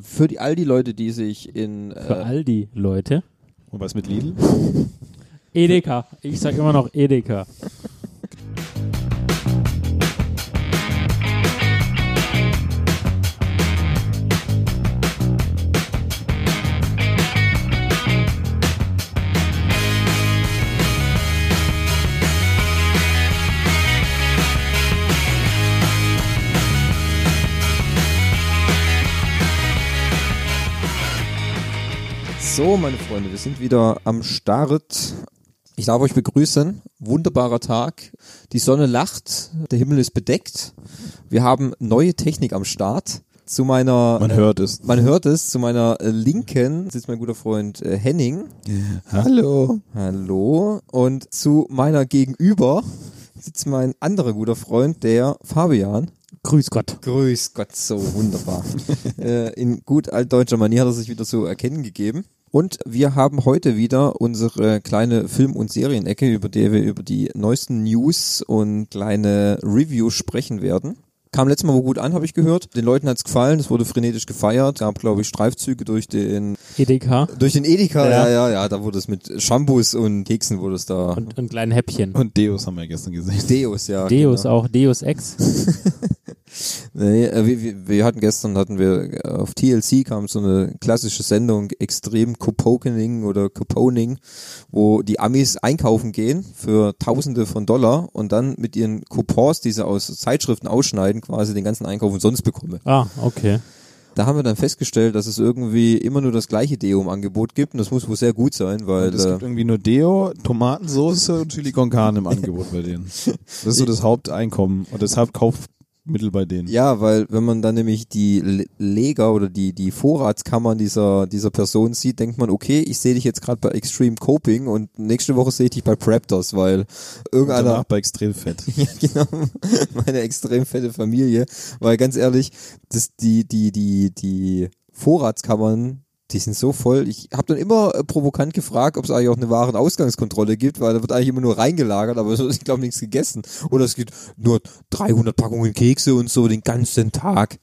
für die, all die Leute, die sich in. Für Äh, all die Leute. Und was mit Lidl? Edeka. Ich sag immer noch Edeka. so, meine Freunde, wir sind wieder am Start. Ich darf euch begrüßen. Wunderbarer Tag. Die Sonne lacht, der Himmel ist bedeckt. Wir haben neue Technik am Start. Zu meiner. Man hört es. Man hört es, zu meiner äh, Linken sitzt mein guter Freund äh, Henning. Hallo. Hallo. Und zu meiner Gegenüber sitzt mein anderer guter Freund, der Fabian. Grüß Gott. Grüß Gott, so wunderbar. äh, in gut altdeutscher Manier hat er sich wieder zu erkennen gegeben. Und wir haben heute wieder unsere kleine Film- und Serienecke, über die wir über die neuesten News und kleine Reviews sprechen werden. Kam letztes Mal wohl gut an, habe ich gehört. Den Leuten hat's gefallen, es wurde frenetisch gefeiert. Gab, glaube ich, Streifzüge durch den Edeka. durch den Edeka. Ja, Ja. ja, ja, da wurde es mit Shampoos und Keksen wurde es da. Und, und kleinen Häppchen. Und Deus haben wir gestern gesehen. Deos, ja. Deus genau. auch. Deus Ex. Nee, äh, wir, wir, wir hatten gestern, hatten wir äh, auf TLC kam so eine klassische Sendung, extrem Copokening oder Coponing, wo die Amis einkaufen gehen für Tausende von Dollar und dann mit ihren Coupons, die sie aus Zeitschriften ausschneiden, quasi den ganzen Einkauf umsonst bekomme. Ah, okay. Da haben wir dann festgestellt, dass es irgendwie immer nur das gleiche Deo im Angebot gibt und das muss wohl sehr gut sein, weil Und es äh, gibt irgendwie nur Deo, Tomatensauce und Chili con Carne im Angebot bei denen. Das ist so das Haupteinkommen und das Hauptkaufmittel bei denen. Ja, weil wenn man dann nämlich die Le- Leger oder die, die Vorratskammern dieser, dieser Person sieht, denkt man, okay, ich sehe dich jetzt gerade bei Extreme Coping und nächste Woche sehe ich dich bei Predators, weil und danach irgendeiner, bei extrem fett. ja, genau, meine extrem fette Familie, weil ganz ehrlich, das, die, die, die, die Vorratskammern, die sind so voll. Ich habe dann immer äh, provokant gefragt, ob es eigentlich auch eine wahren Ausgangskontrolle gibt, weil da wird eigentlich immer nur reingelagert, aber es wird, ich glaube, nichts gegessen. Oder es gibt nur 300 Packungen Kekse und so den ganzen Tag.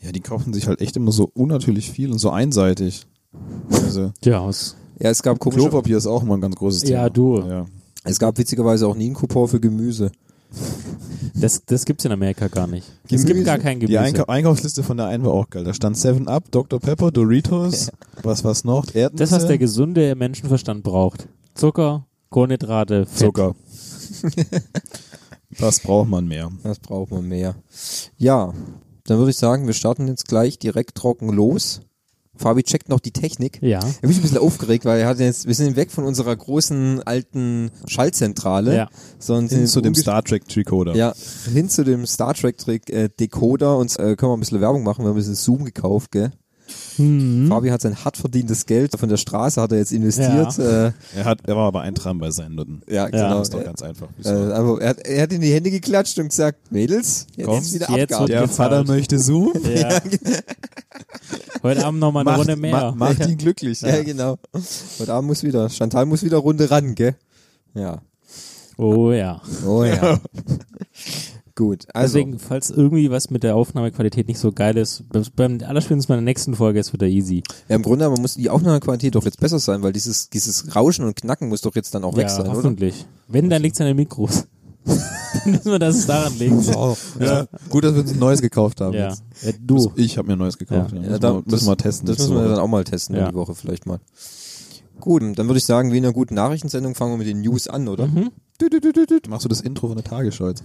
Ja, die kaufen sich halt echt immer so unnatürlich viel und so einseitig. Also Ja, aus. Ja, es gab komische, Klopapier ist auch immer ein ganz großes Thema. Ja, du. Ja. es gab witzigerweise auch nie einen Coupon für Gemüse. Das, das gibt's in Amerika gar nicht. Es Gemüse. gibt gar kein Die Gemüse. Einkau Einkaufsliste von der einen war auch geil. Da stand 7 Up, Dr. Pepper, Doritos, was was noch? Erdnüsse. das, was der gesunde Menschenverstand braucht. Zucker, Kohlenhydrate, Fett. Zucker. das braucht man mehr. Das braucht man mehr. Ja, dann würde ich sagen, wir starten jetzt gleich direkt trocken los. Fabi checkt noch die Technik. Ja. Ich bin ich ein bisschen aufgeregt, weil er hat jetzt, wir sind weg von unserer großen alten Schaltzentrale, Ja. sondern Hin sind zu dem umgesch- Star Trek Tricoder. ja, hin zu dem Star Trek Trick äh, Decoder und äh, können wir ein bisschen Werbung machen, wir haben ein bisschen Zoom gekauft, gell? Mhm. Fabi hat sein hart verdientes Geld von der Straße hat er jetzt investiert. Ja, äh, Er, hat, er war aber ein Tram bei seinen Nutten. ja genau. ist doch ganz einfach. Äh, aber er, hat, er hat in die Hände geklatscht und gesagt, Mädels, jetzt Komm, ist wieder jetzt Abgabe. wird- der Vater gezahlt. möchte Zoom. Ja. Heute Abend nochmal eine Runde ma- mehr. macht ihn glücklich. Ja, genau. Heute Abend muss wieder, Chantal muss wieder Runde ran, gell? Ja. Oh ja. Oh ja. Gut, also. Deswegen, falls irgendwie was mit der Aufnahmequalität nicht so geil ist, beim- beim allerschwindest meiner nächsten Folge ist wieder easy. Ja, im Grunde aber muss die Aufnahmequalität doch jetzt besser sein, weil dieses, dieses Rauschen und Knacken muss doch jetzt dann auch weg sein, oder? hoffentlich. Wenn, dann liegt's an den Mikros. dann wissen wir, dass es daran liegt. Ja. Gut, dass wir uns ein neues gekauft haben. Ja. jetzt. ja. Du. Ich habe mir ein neues gekauft. Ja. Ja. Ja, Müssen, da- wir, müssen wir testen. Das nächste müssen wir Woche. dann auch mal testen, Ja. die Woche vielleicht mal. Gut, dann würde ich sagen, wie in einer guten Nachrichtensendung fangen wir mit den News an, oder? Du, du, du, du, du. Machst du das Intro von der Tagesschau jetzt?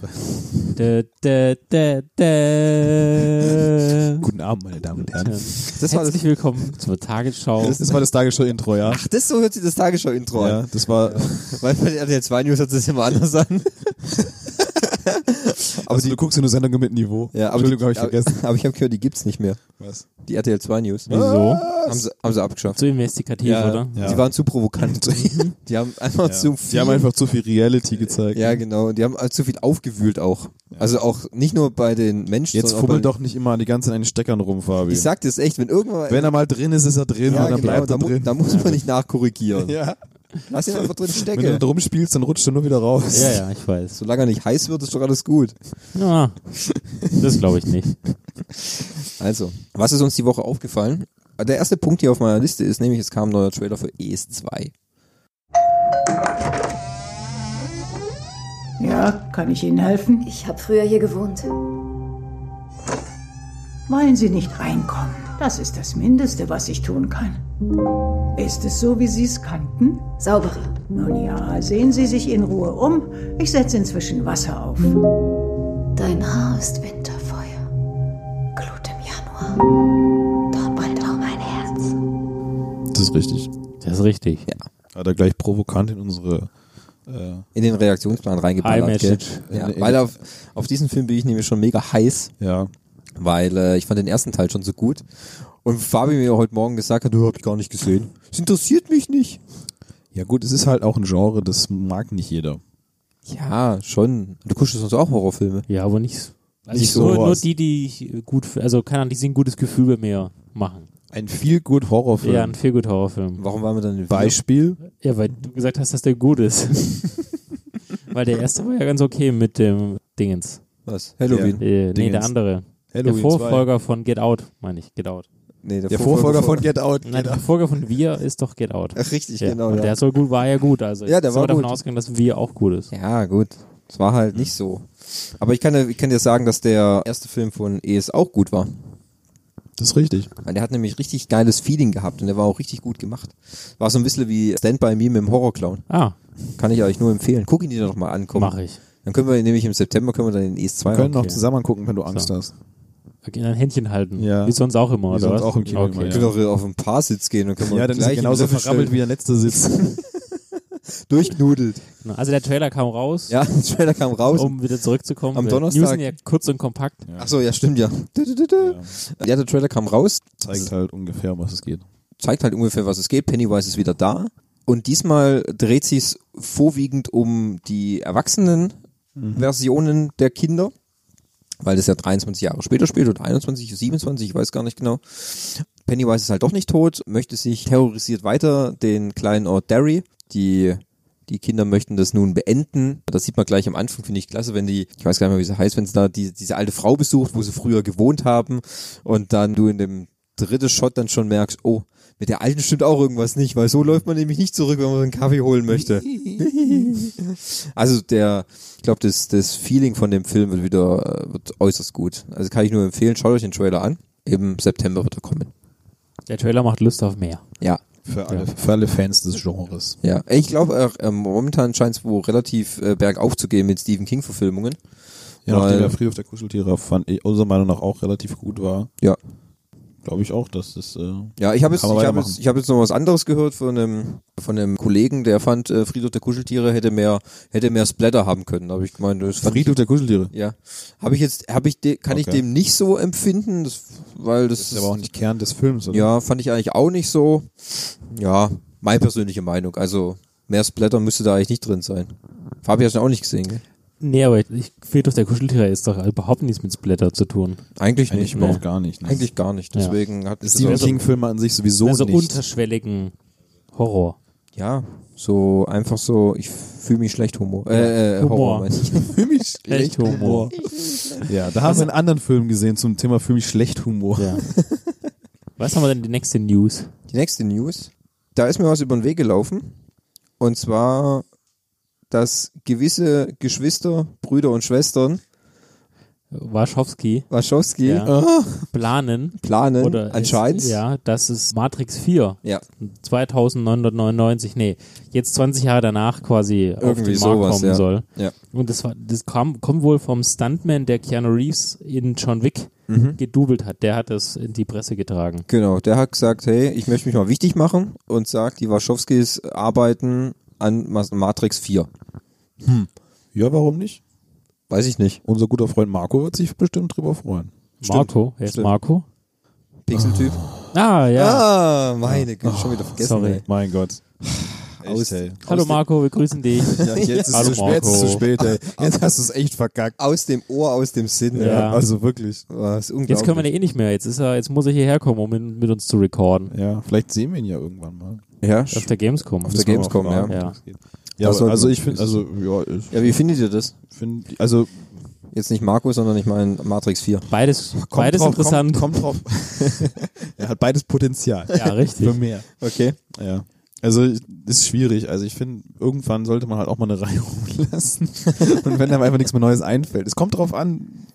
Dä, dä, dä, dä. Guten Abend, meine Damen und Herren. Das war das, Herzlich willkommen zur Tagesschau. Das, das war das Tagesschau-Intro, ja. ach, das so hört sich das Tagesschau-Intro ja. an. Das war, Weil bei RTL 2 News hört sich das immer anders an. aber Also, du guckst in eine Sendung mit Niveau. Ja, aber Entschuldigung, habe die- ich vergessen. Aber ich habe gehört, die gibt's nicht mehr. Was? Die RTL 2 News. Ah, Wieso? Haben sie, haben sie abgeschafft. Zu investigativ, Ja, oder? Ja. Die waren zu provokant. Mhm. die haben einfach zu viel. Die haben einfach zu viel Reality gezeigt. ja, genau. Die haben also zu viel aufgewühlt auch. Also auch nicht nur bei den Menschen. Jetzt sondern auch bei fummel den- doch nicht immer an die ganzen einen Steckern rum, Fabi. Ich sag dir das echt, wenn irgendwann. Wenn er mal drin ist, ist er drin ja, und dann genau, bleibt da, er mu drin. da muss man nicht nachkorrigieren. ja. Lass ihn einfach drin Wenn du stecken. da rumspielst, dann rutscht er nur wieder raus. Ja, ja, ich weiß. Solange er nicht heiß wird, ist doch alles gut. Ja, das glaube ich nicht. Also, was ist uns die Woche aufgefallen? Der erste Punkt hier auf meiner Liste ist nämlich, es kam ein neuer Trailer für E ES2. Ja, kann ich Ihnen helfen? Ich habe früher hier gewohnt. Wollen Sie nicht reinkommen? Das ist das Mindeste, was ich tun kann. Ist es so, wie Sie es kannten? Sauberer. Nun ja, sehen Sie sich in Ruhe um. Ich setze inzwischen Wasser auf. Dein Haar ist Winterfeuer. Glut im Januar. Dort brennt auch mein Herz. Das ist richtig. Das ist richtig. Hat er gleich provokant in unsere. Äh, In den Reaktionsplan reingeballert. High gell? Message. Ja, In- in- weil auf, auf diesen Film bin ich nämlich schon mega heiß. ja. weil äh, ich fand den ersten Teil schon so gut. Und Fabi mir heute Morgen gesagt hat, du hab ich gar nicht gesehen. Es interessiert mich nicht. Ja, gut, es ist halt auch ein Genre, das mag nicht jeder. Ja, schon. Du guckst sonst auch Horrorfilme. Ja, aber nicht, also Nicht nur, nur sowas. die, die ich äh, gut, f- also keine Ahnung, die sich ein gutes Gefühl bei mir machen. Ein viel gut Horrorfilm. Ja, ein viel guter Horrorfilm. Warum waren wir dann in Beispiel. Ja, weil du gesagt hast, dass der gut ist. weil der erste war ja ganz okay mit dem Dingens. Was? Halloween. Äh, nee, der Dingens. andere. Halloween der Vorfolger von Get Out, meine ich. Get Out. Nee, Der Vorfolger von Get Out. Nein, der Vorfolger von Wir ist doch Get Out. Ach, richtig, Ja. genau. Und Ja. der soll gut, war ja gut. Also Ja, der ich war soll davon gut. ausgehen, dass Wir auch gut ist. ja, gut. Es war halt nicht so. Aber ich kann, dir- ich kann dir sagen, dass der erste Film von ES auch gut war. Das ist richtig. Weil Der hat nämlich richtig geiles Feeling gehabt und der war auch richtig gut gemacht. War so ein bisschen wie Stand By Me mit dem Horrorclown. Ah, Kann ich euch nur empfehlen. Guck ihn dir doch mal an. komm. mache ich. Dann können wir nämlich im September können wir dann E den ES2 Wir können noch Ah, Okay. zusammen angucken, wenn du Angst So. hast. Okay, ein Händchen halten. Ja. Wie sonst auch immer, Wie oder sonst was? auch im Kino okay. immer, ja. Ich will doch Genau, auf ein paar Sitz gehen und können wir gleich in Löffel stellen. der letzte Sitz. durchnudelt. Genau. Also der Trailer kam raus, Ja, der Trailer kam raus. Oh um wieder zurückzukommen. Am Wir Donnerstag- newsen ja kurz und kompakt. Ach so, ja, stimmt ja. Du, du, du, du. Ja, der Trailer kam raus, Zeigt halt ungefähr, um was es geht. zeigt halt ungefähr, was es geht. Pennywise ist wieder da. Und diesmal dreht sich's vorwiegend um die erwachsenen Mhm. Versionen der Kinder, weil das ja 23 Jahre später spielt oder 21, 27, ich weiß gar nicht genau. Pennywise ist halt doch nicht tot, möchte sich terrorisiert weiter den kleinen Ort Derry. Die, die Kinder möchten das nun beenden. Das sieht man gleich am Anfang, finde ich klasse, wenn die, ich weiß gar nicht mehr, wie sie heißt, wenn es da die, diese alte Frau besucht, wo sie früher gewohnt haben und dann du in dem dritten Shot dann schon merkst, oh, mit der alten stimmt auch irgendwas nicht, weil so läuft man nämlich nicht zurück, wenn man einen Kaffee holen möchte. Also der, ich glaube, das, das Feeling von dem Film wird wieder äh, wird äußerst gut. Also kann ich nur empfehlen, schaut euch den Trailer an. Im September wird er kommen. Der Trailer macht Lust auf mehr. Ja, Für alle, für alle Fans des Genres. ja. Ich glaube, äh, momentan scheint es wo relativ äh, bergauf zu gehen mit Stephen King-Verfilmungen. Ja, Weil- nachdem der Friedhof der Kuscheltiere fand ich unserer Meinung nach auch relativ gut war, Ja. glaube ich auch, dass das äh, Ja, ich habe jetzt, ich Kann man hab weitermachen. jetzt, ich hab jetzt noch was anderes gehört von einem, von einem Kollegen, der fand, äh, Friedhof der Kuscheltiere hätte mehr, hätte mehr Splatter haben können. Da habe ich gemeint, das fand ich, Friedhof der Kuscheltiere. ja. Habe ich jetzt, habe ich, de, kann ich Okay. dem nicht so empfinden, das, weil das, Das ist aber auch nicht Kern des Films. oder? Ja, fand ich eigentlich auch nicht so. Ja, meine persönliche Meinung. Also mehr Splatter müsste da eigentlich nicht drin sein. Fabi hast du auch nicht gesehen, gell? Nee, aber ich, Friedhof der Kuscheltiere ist doch überhaupt nichts mit Splatter zu tun. Eigentlich eigentlich nicht. überhaupt nee. gar nicht. Ne? Eigentlich gar nicht. Ja. Deswegen hat es Stephen auch- King Filme an sich sowieso Äh, also nicht. unterschwelligen Horror. ja so einfach so. Ich fühle mich schlecht Humor. Äh, äh, Humor. Horror meine ich. Für mich Echt Humor. Ja, da haben wir einen anderen Film gesehen zum Thema für mich schlecht Humor. Ja. Was haben wir denn die nächste News? Die nächste News. Da ist mir was über den Weg gelaufen. Und zwar, dass gewisse Geschwister, Brüder und Schwestern Warschowski Wachowski Ja. äh, planen planen oder anscheinend. Es, ja, das ist Matrix 4. ja. 2999, nee, jetzt 20 Jahre danach quasi auf den Irgendwie Markt sowas, kommen ja. soll. Ja. Und das war, das kam, kommt wohl vom Stuntman, der Keanu Reeves in John Wick Mhm. gedoubelt hat. Der hat das in die Presse getragen. Genau, der hat gesagt, hey, ich möchte mich mal wichtig machen und sagt, die Wachowskis arbeiten an Mas- Matrix 4. Ja, warum nicht? Weiß ich nicht. Unser guter Freund Marco wird sich bestimmt drüber freuen. Marco, er ist stimmt. Marco. Pixeltyp. Ah, ja. Ah, meine Güte, schon wieder vergessen. sorry. Ey. Mein Gott. Aus- Hallo Marco, wir grüßen dich. Ja, jetzt ist es Hallo, zu spät, es ist zu Marco. spät, ey. Jetzt hast du es echt verkackt. Aus dem Ohr, aus dem Sinn. Ja. Also wirklich. Was unglaublich. Jetzt können wir den eh nicht mehr. Jetzt ist er, jetzt muss er hierher kommen, um mit, mit uns zu recorden. Ja, vielleicht sehen wir ihn ja irgendwann mal. ja, Auf der Gamescom. der Gamescom, Müssen wir mal ja. fragen, Ja. ob das geht. Ja, Das sollten aber, also wir- ich finde, also ja, ich ja, wie findet ihr das? finde, also Jetzt nicht Marco, sondern ich meine Matrix 4. Beides, Kommt beides drauf, interessant. Kommt, kommt drauf. er hat beides Potenzial. Ja, richtig. Für mehr. Okay. Ja. Also ich- ist schwierig. Also ich finde, irgendwann sollte man halt auch mal eine Reihe rumlassen. Und wenn einem einfach nichts mehr Neues einfällt. Es kommt drauf an,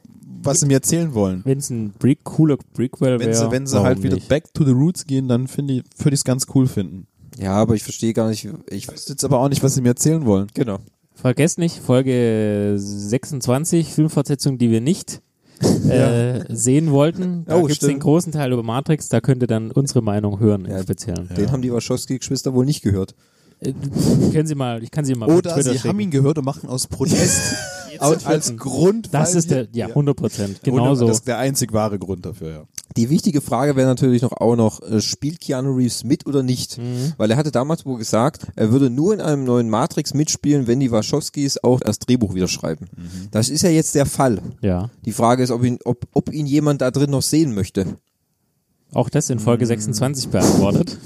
was sie mir erzählen wollen. Wenn es ein Bre cooler Prequel Wenn sie, wäre, wenn sie warum halt wieder nicht? back to the roots gehen, dann finde ich, würde ich es ganz cool finden. Ja, aber ich verstehe gar nicht. Ich, Ich wüsste jetzt aber auch nicht, was sie mir erzählen wollen. genau. Vergesst nicht, Folge 26, Filmfortsetzung, die wir nicht äh, sehen wollten. Da Oh, gibt's stimmt. den großen Teil über Matrix, da könnt ihr dann unsere Meinung hören im Ja. Speziellen. Den haben die Waschowski-Geschwister wohl nicht gehört. Äh, können Sie mal, ich kann Sie mal auf Oder Twitter Oh, sie schicken. haben ihn gehört und machen aus Protest als, als Grund. das weil ist der, ja, 100 Prozent, genau Wunderbar, so. Das ist der einzig wahre Grund dafür, ja. Die wichtige Frage wäre natürlich noch auch noch, äh, spielt Keanu Reeves mit oder nicht? Weil er hatte damals wohl gesagt, er würde nur in einem neuen Matrix mitspielen, wenn die Wachowskis auch das Drehbuch wieder schreiben. Das ist ja jetzt der Fall. Ja, Die Frage ist, ob ihn, ob, ob ihn jemand da drin noch sehen möchte. auch das in Mm. Folge 26 beantwortet.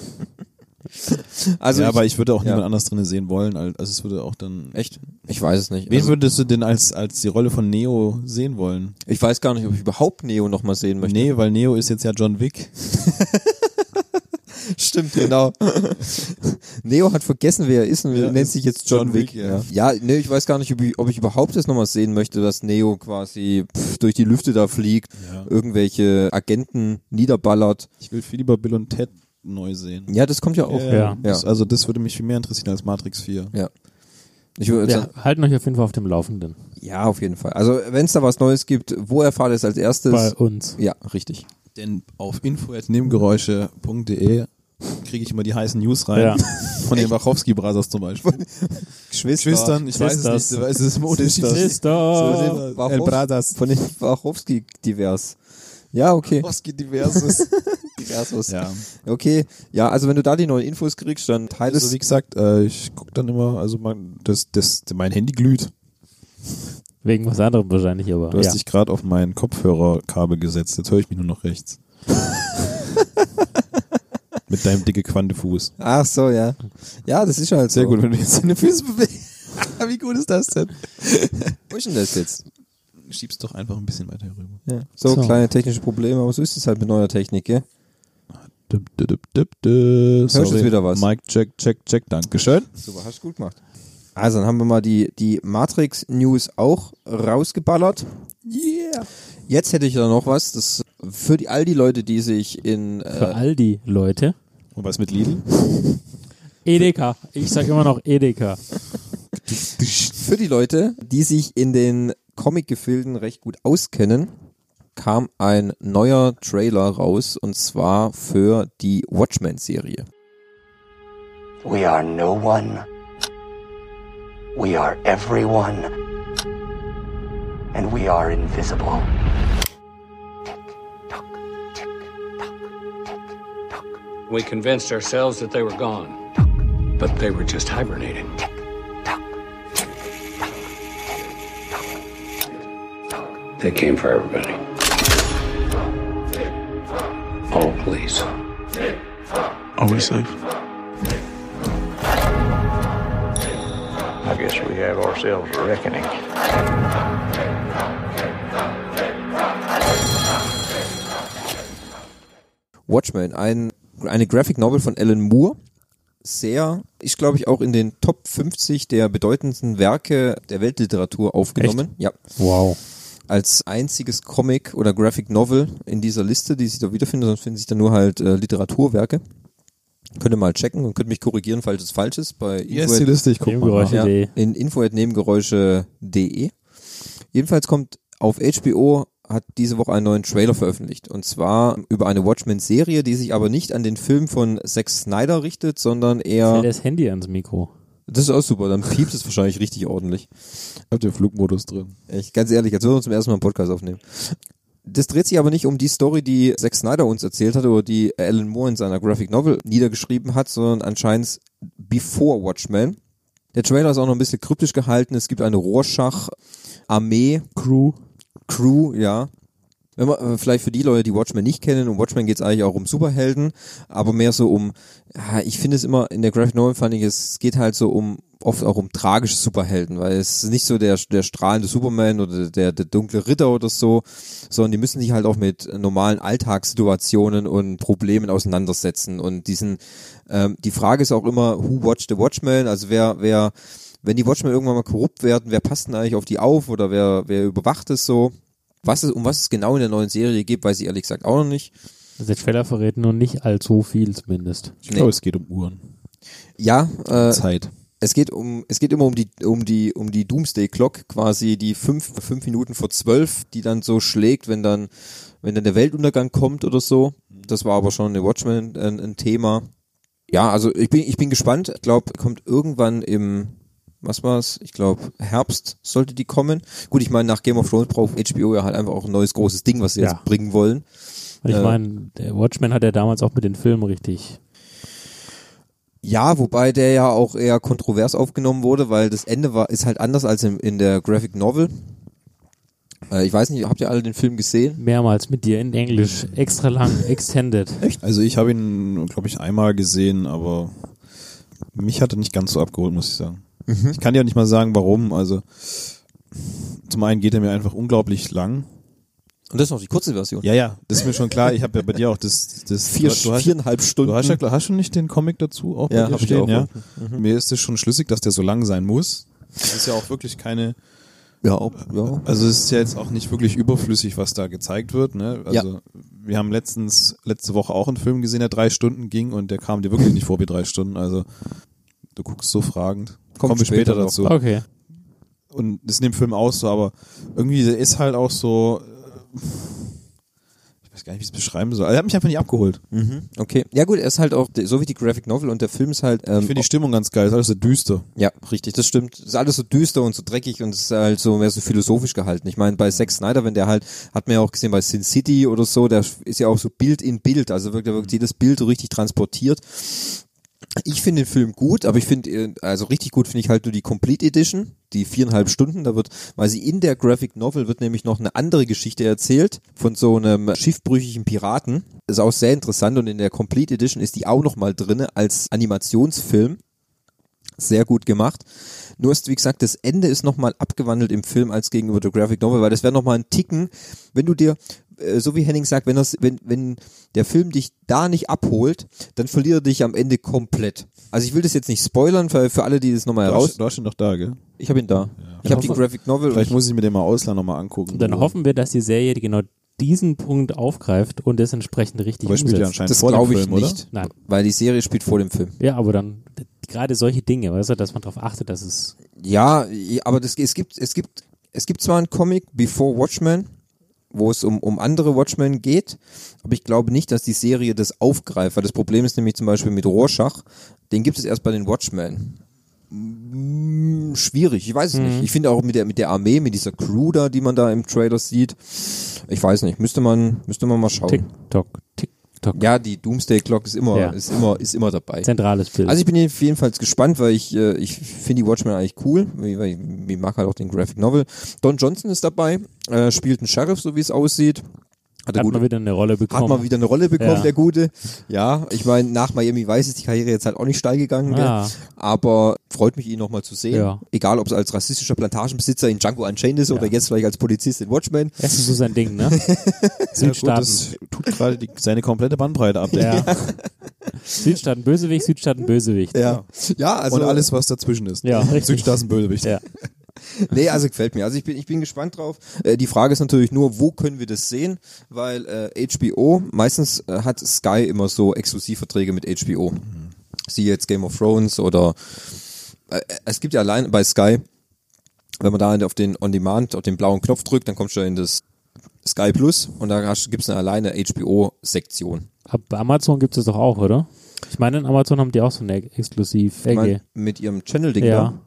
Also ja, ich, aber ich würde auch ja. niemand anders drin sehen wollen. als- Also es würde auch dann. echt, ich weiß es nicht. Wen Also, würdest du denn als, als die Rolle von Neo sehen wollen? ich weiß gar nicht, ob ich überhaupt Neo noch mal sehen möchte. Nee, weil Neo ist jetzt ja John Wick. Stimmt, genau. Neo hat vergessen, wer er ist und nennt sich jetzt John, John Wick. Wick, ja. ja, nee, ich weiß gar nicht, ob ich, ob ich überhaupt das nochmal sehen möchte, dass Neo quasi pff, durch die Lüfte da fliegt, irgendwelche Agenten niederballert. Ich will viel lieber Bill und Ted neu sehen. Ja, das kommt ja auch. Ja. Das, also das würde mich viel mehr interessieren als Matrix 4. Ja. Ich würde Ja, sagen, halten euch auf jeden Fall auf dem Laufenden. ja, auf jeden Fall. Also, wenn es da was Neues gibt, wo erfahrt ihr es als erstes? Bei uns. ja, richtig. Denn auf info.nebengeräusche.de kriege ich immer die heißen News rein. Ja. Von den Wachowski-Brothers zum Beispiel. Geschwister. ich weiß es Sisters. nicht. Es ist immer unterschiedlich. Christoph! El Wachowski- Brothers. Von den Wachowski divers. Ja, okay. Wachowski-Diverses. Diversus. ja. Okay. Ja, also wenn du da die neuen Infos kriegst, dann teile Also es wie gesagt, äh, ich gucke dann immer, also mein, das, das, mein Handy glüht. Wegen was anderem wahrscheinlich, aber Du hast ja. dich gerade auf mein Kopfhörerkabel gesetzt, jetzt höre ich mich nur noch rechts. Mit deinem dicke Quantefuß. Ach so, ja. Ja, das ist halt Sehr so. gut, wenn du jetzt deine Füße bewegst. wie gut ist das denn? Wo ist denn das jetzt? Schiebst doch einfach ein bisschen weiter rüber. Ja. So, So. kleine technische Probleme, aber so ist es halt mit neuer Technik, gell? Dip, dip, dip, dip, dip. Hörst du jetzt wieder was? Mike, check, check, check, Dankeschön. Super, hast du gut gemacht. Also, dann haben wir mal die, die Matrix-News auch rausgeballert. Yeah. Jetzt hätte ich da noch was, das für die, all die Leute, die sich in... Für Äh, all die Leute. Und was mit Lidl? Edeka. Ich sag immer noch Edeka. für die Leute, die sich in den Comic-Gefilden recht gut auskennen, kam ein neuer Trailer raus, und zwar für die Watchmen-Serie. We are no one. We are everyone. And we are invisible. Tick tock, tick tock, tick tock, We convinced ourselves that they were gone, but they were just hibernating. tick tock, tick tock, tick tock, tick tock. They came for everybody. All police. Are we safe? I guess we have ourselves a reckoning. Watchmen, ein, eine Graphic Novel von Alan Moore. Sehr, ich glaube ich, auch in den Top 50 der bedeutendsten Werke der Weltliteratur aufgenommen. Ja. Wow. Als einziges Comic oder Graphic Novel in dieser Liste, die sich da wiederfindet, sonst finden sich da nur halt äh, Literaturwerke. Könnt ihr mal checken und könnt mich korrigieren, falls es falsch ist. Bei Yes, die Liste, ich guck mal. Nebengeräusche. ja, nach. Idee. in info.nebengeräusche.de. Jedenfalls kommt auf HBO hat diese Woche einen neuen Trailer veröffentlicht und zwar über eine Watchmen-Serie, die sich aber nicht an den Film von Zack Snyder richtet, sondern Fällt eher. das Handy ans Mikro. Das ist auch super, dann piepst es wahrscheinlich richtig ordentlich. Habt ihr Flugmodus drin? Ich, ganz ehrlich, als würden wir zum ersten Mal einen Podcast aufnehmen. Das dreht sich aber nicht um die Story, die Zack Snyder uns erzählt hat oder die Alan Moore in seiner Graphic Novel niedergeschrieben hat, sondern anscheinend Before Watchmen. Der Trailer ist auch noch ein bisschen kryptisch gehalten. Es gibt eine Rorschach-Armee, Crew. Crew, ja. Wenn man, äh, vielleicht für die Leute, die Watchmen nicht kennen, um Watchmen geht es eigentlich auch um Superhelden, aber mehr so um, ah, ich finde es immer, in der Graphic Novel fand ich, es geht halt so um oft auch um tragische Superhelden, weil es ist nicht so der, der strahlende Superman oder der, der dunkle Ritter oder so, sondern die müssen sich halt auch mit normalen Alltagssituationen und Problemen auseinandersetzen und diesen, ähm, die Frage ist auch immer, who watched the Watchmen, also wer, wer, wenn die Watchmen irgendwann mal korrupt werden, wer passt denn eigentlich auf die auf oder wer, wer überwacht es so? Was es, um was es genau in der neuen Serie geht, weiß ich ehrlich gesagt auch noch nicht. Also der Trailer verrät nur nicht allzu viel zumindest. Ich glaube, es geht um Uhren. Ja, äh, Zeit. es geht um, es geht immer um die, um die, um die Doomsday Clock, quasi die fünf, fünf Minuten vor zwölf, die dann so schlägt, wenn dann, wenn dann der Weltuntergang kommt oder so. Das war aber schon in Watchmen ein, ein Thema. Ja, also ich bin, ich bin gespannt. Ich glaube, kommt irgendwann im, was war's? Ich glaube, Herbst sollte die kommen. Gut, ich meine, nach Game of Thrones braucht HBO ja halt einfach auch ein neues großes Ding, was sie Ja. jetzt bringen wollen. Weil ich Äh. meine, der Watchmen hat ja damals auch mit den Filmen richtig. Ja, wobei der ja auch eher kontrovers aufgenommen wurde, weil das Ende war, ist halt anders als in, in der Graphic Novel. Äh, ich weiß nicht, habt ihr alle den Film gesehen? Mehrmals mit dir in Englisch. Extra lang, extended. Echt? Also ich habe ihn, glaube ich, einmal gesehen, aber mich hat er nicht ganz so abgeholt, muss ich sagen. Ich kann dir auch nicht mal sagen, warum. Also zum einen geht er mir einfach unglaublich lang. Und das ist noch die kurze Version. Ja, ja, das ist mir schon klar. Ich habe ja bei dir auch das, das Vier, du, du hast, viereinhalb Stunden. Du hast ja klar- hast schon nicht den Comic dazu auch Ja, bei dir hab ich stehen, auch. ja. Mhm. Mir ist es schon schlüssig, dass der so lang sein muss. Das ist ja auch wirklich keine, ja, ob- ja. also es ist ja jetzt auch nicht wirklich überflüssig, was da gezeigt wird. Ne? Also wir haben letztens letzte Woche auch einen Film gesehen, der drei Stunden ging und der kam dir wirklich nicht vor wie drei Stunden. Also du guckst so fragend. Kommt Kommen wir später, später noch. dazu. Okay. Und das ist in dem Film auch so, aber irgendwie der ist halt auch so. äh, Ich weiß gar nicht, wie ich es beschreiben soll. Also, Er hat mich einfach nicht abgeholt. Mhm. Okay. Ja gut, er ist halt auch, so wie die Graphic Novel und der Film ist halt, ähm, Ich finde die Stimmung ganz geil. Ist alles so düster. Ja, richtig, das stimmt. Es ist alles so düster und so dreckig und es ist halt so mehr so philosophisch gehalten. Ich meine, bei Zack Snyder, wenn der halt, hat man ja auch gesehen bei Sin City oder so, der ist ja auch so Bild in Bild, also wirklich, wirklich jedes Bild so richtig transportiert. Ich finde den Film gut, aber ich finde, äh, also richtig gut finde ich halt nur die Complete Edition, die viereinhalb Stunden, da wird, weil sie in der Graphic Novel wird nämlich noch eine andere Geschichte erzählt von so einem schiffbrüchigen Piraten. Ist auch sehr interessant und in der Complete Edition ist die auch nochmal drinne als Animationsfilm sehr gut gemacht. Nur ist, wie gesagt, das Ende ist nochmal abgewandelt im Film als gegenüber der Graphic Novel, weil das wäre nochmal ein Ticken, wenn du dir, äh, so wie Henning sagt, wenn, das, wenn, wenn der Film dich da nicht abholt, dann verliert er dich am Ende komplett. Also ich will das jetzt nicht spoilern, weil für alle, die das nochmal Du heraus... hast, du hast ihn doch da, gell? Ich habe ihn da. Ich habe die Graphic Novel. Vielleicht muss ich mir den mal Ausland nochmal angucken. Und dann hoffen wir, dass die Serie genau diesen Punkt aufgreift und es entsprechend richtig Aber er spielt ja umsetzt. anscheinend das vor dem glaube ich Film, nicht, Nein. weil die Serie spielt vor dem Film. Ja, aber dann gerade solche Dinge, weißt du, dass man darauf achtet, dass es Ja, i- aber das, es gibt, es gibt, es gibt zwar einen Comic Before Watchmen, wo es um, um andere Watchmen geht, aber ich glaube nicht, dass die Serie das aufgreift, weil das Problem ist nämlich zum Beispiel mit Rorschach, den gibt es erst bei den Watchmen. Mm, Schwierig, ich weiß es nicht. Ich finde auch mit der, mit der Armee, mit dieser Crew da, die man da im Trailer sieht, ich weiß nicht, müsste man, müsste man mal schauen. TikTok, TikTok, Oh. Ja, die Doomsday Clock ist immer, Ja. ist immer, ist immer dabei. zentrales Bild. Also ich bin auf jeden Fall gespannt, weil ich, äh, ich finde die Watchmen eigentlich cool. Ich, weil ich, ich mag halt auch den Graphic Novel. Don Johnson ist dabei, äh, spielt einen Sheriff, so wie es aussieht. Hat, er hat gut, man wieder eine Rolle bekommen. hat mal wieder eine Rolle bekommen, Ja. der Gute. Ja, ich meine, nach Miami Vice ist die Karriere jetzt halt auch nicht steil gegangen. Ah. Gell? Aber freut mich, ihn nochmal zu sehen. Ja. Egal, ob es als rassistischer Plantagenbesitzer in Django Unchained ist oder jetzt vielleicht als Polizist in Watchmen. Das ist so sein Ding, ne? Ja, gut, Südstaaten. das tut gerade die, seine komplette Bandbreite ab. Ja. Südstaaten Bösewicht, Südstaaten Bösewicht. Ja, ja also Und alles, was dazwischen ist. ne? Ja, richtig. Südstaaten Bösewicht. Ja. Nee, also gefällt mir. Also ich bin, ich bin gespannt drauf. Äh, die Frage ist natürlich nur, wo können wir das sehen? Weil äh, HBO, meistens äh, hat Sky immer so Exklusivverträge mit HBO. Siehe jetzt Game of Thrones oder äh, es gibt ja allein bei Sky, wenn man da halt auf den On Demand, auf den blauen Knopf drückt, dann kommst du in das Sky Plus und da hast- gibt's eine alleine HBO-Sektion. Aber Bei Amazon gibt es doch auch, oder? Ich meine, in Amazon haben die auch so eine Ex- exklusiv Ich mein, Ecke. Mit ihrem Channel-Ding Ja. da.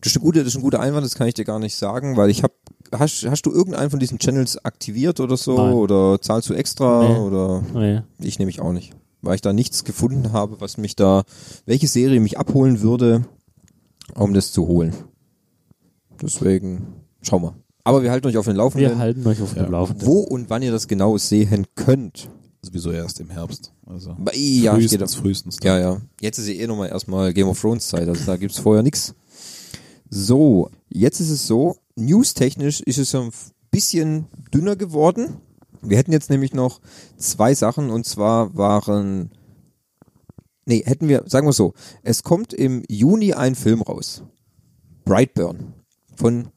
Das ist, eine gute, das ist ein guter Einwand, das kann ich dir gar nicht sagen, weil ich habe, hast, hast du irgendeinen von diesen Channels aktiviert oder so Nein. oder zahlst du extra Nee. oder Nee. ich nehme ich auch nicht, weil ich da nichts gefunden habe, was mich da, welche Serie mich abholen würde, um das zu holen. Deswegen, schau mal. Aber wir halten euch auf den Wir Laufenden, halten euch auf dem Laufenden. wo und wann ihr das genau sehen könnt. Sowieso erst im Herbst. Also Bei- Ja, ich gehe da- frühestens. frühestens. ja, ja. Jetzt ist ja eh nochmal erstmal Game of Thrones Zeit, also da gibt's vorher nichts. So, jetzt ist es so, newstechnisch ist es so ein bisschen dünner geworden. Wir hätten jetzt nämlich noch zwei Sachen und zwar waren Nee, hätten wir, sagen wir so, es kommt im Juni ein Film raus. Brightburn von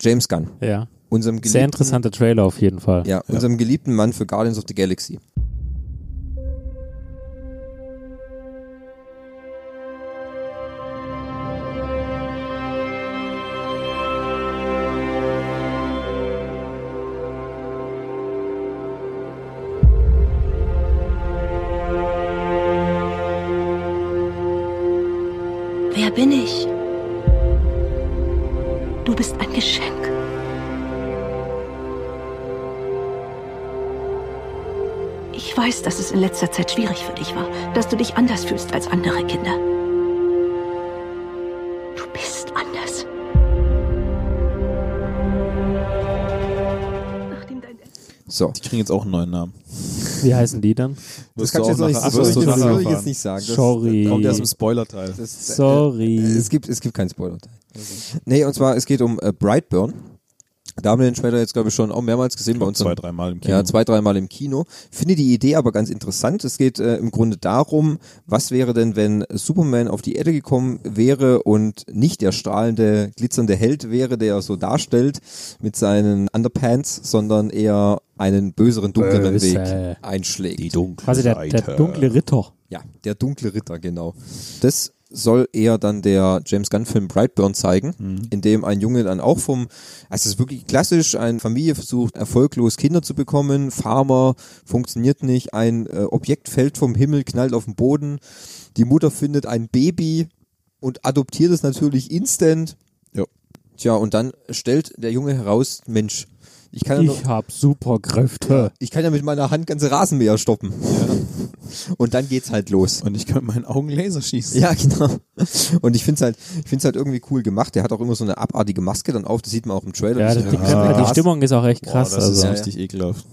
James Gunn, Ja. unserem Sehr geliebten, interessanter Trailer auf jeden Fall. ja, unserem geliebten Mann für Guardians of the Galaxy. Wer bin ich? Du bist ein Geschenk. Ich weiß, dass es in letzter Zeit schwierig für dich war, dass du dich anders fühlst als andere Kinder. Du bist anders. Nachdem dein So. Die kriegen jetzt auch einen neuen Namen. Wie heißen die dann? Das Wirst kannst du jetzt auch noch nicht, nachher- das Ach, wirst du will ich- das nachher will ich jetzt erfahren. nicht sagen. Das, Sorry. Kommt erst im Spoilerteil. Das, das, Sorry. Äh, Es gibt, es gibt keinen Spoiler. Nee, und zwar, es geht um äh, Brightburn. Da haben wir den Trailer jetzt, glaube ich, schon auch mehrmals gesehen bei uns. zwei, dreimal im Kino. Ja, zwei, dreimal im Kino. Finde die Idee aber ganz interessant. Es geht äh, im Grunde darum, was wäre denn, wenn Superman auf die Erde gekommen wäre und nicht der strahlende, glitzernde Held wäre, der er so darstellt mit seinen Underpants, sondern eher einen böseren, dunkleren Böse. Weg einschlägt. dunkle Quasi der, der dunkle Ritter. Ja, der dunkle Ritter, genau. Das soll eher dann der James Gunn-Film Brightburn zeigen, in dem ein Junge dann auch vom, also es ist wirklich klassisch, eine Familie versucht erfolglos Kinder zu bekommen, Farmer funktioniert nicht, ein äh, Objekt fällt vom Himmel, knallt auf den Boden, die Mutter findet ein Baby und adoptiert es natürlich instant. Ja. Tja, und dann stellt der Junge heraus, Mensch, ich kann ja Also nur- Ich hab super Kräfte. ich kann ja mit meiner Hand ganze Rasenmäher stoppen. Und dann geht's halt los. Und ich kann mit meinen Augen Laser schießen. Ja, genau. Und ich find's halt, ich find's halt irgendwie cool gemacht. Der hat auch immer so eine abartige Maske dann auf, das sieht man auch im Trailer. Ja, Das die, ist die, richtig die krass. Stimmung ist auch echt Boah, krass. das ist also. ja- richtig ekelhaft.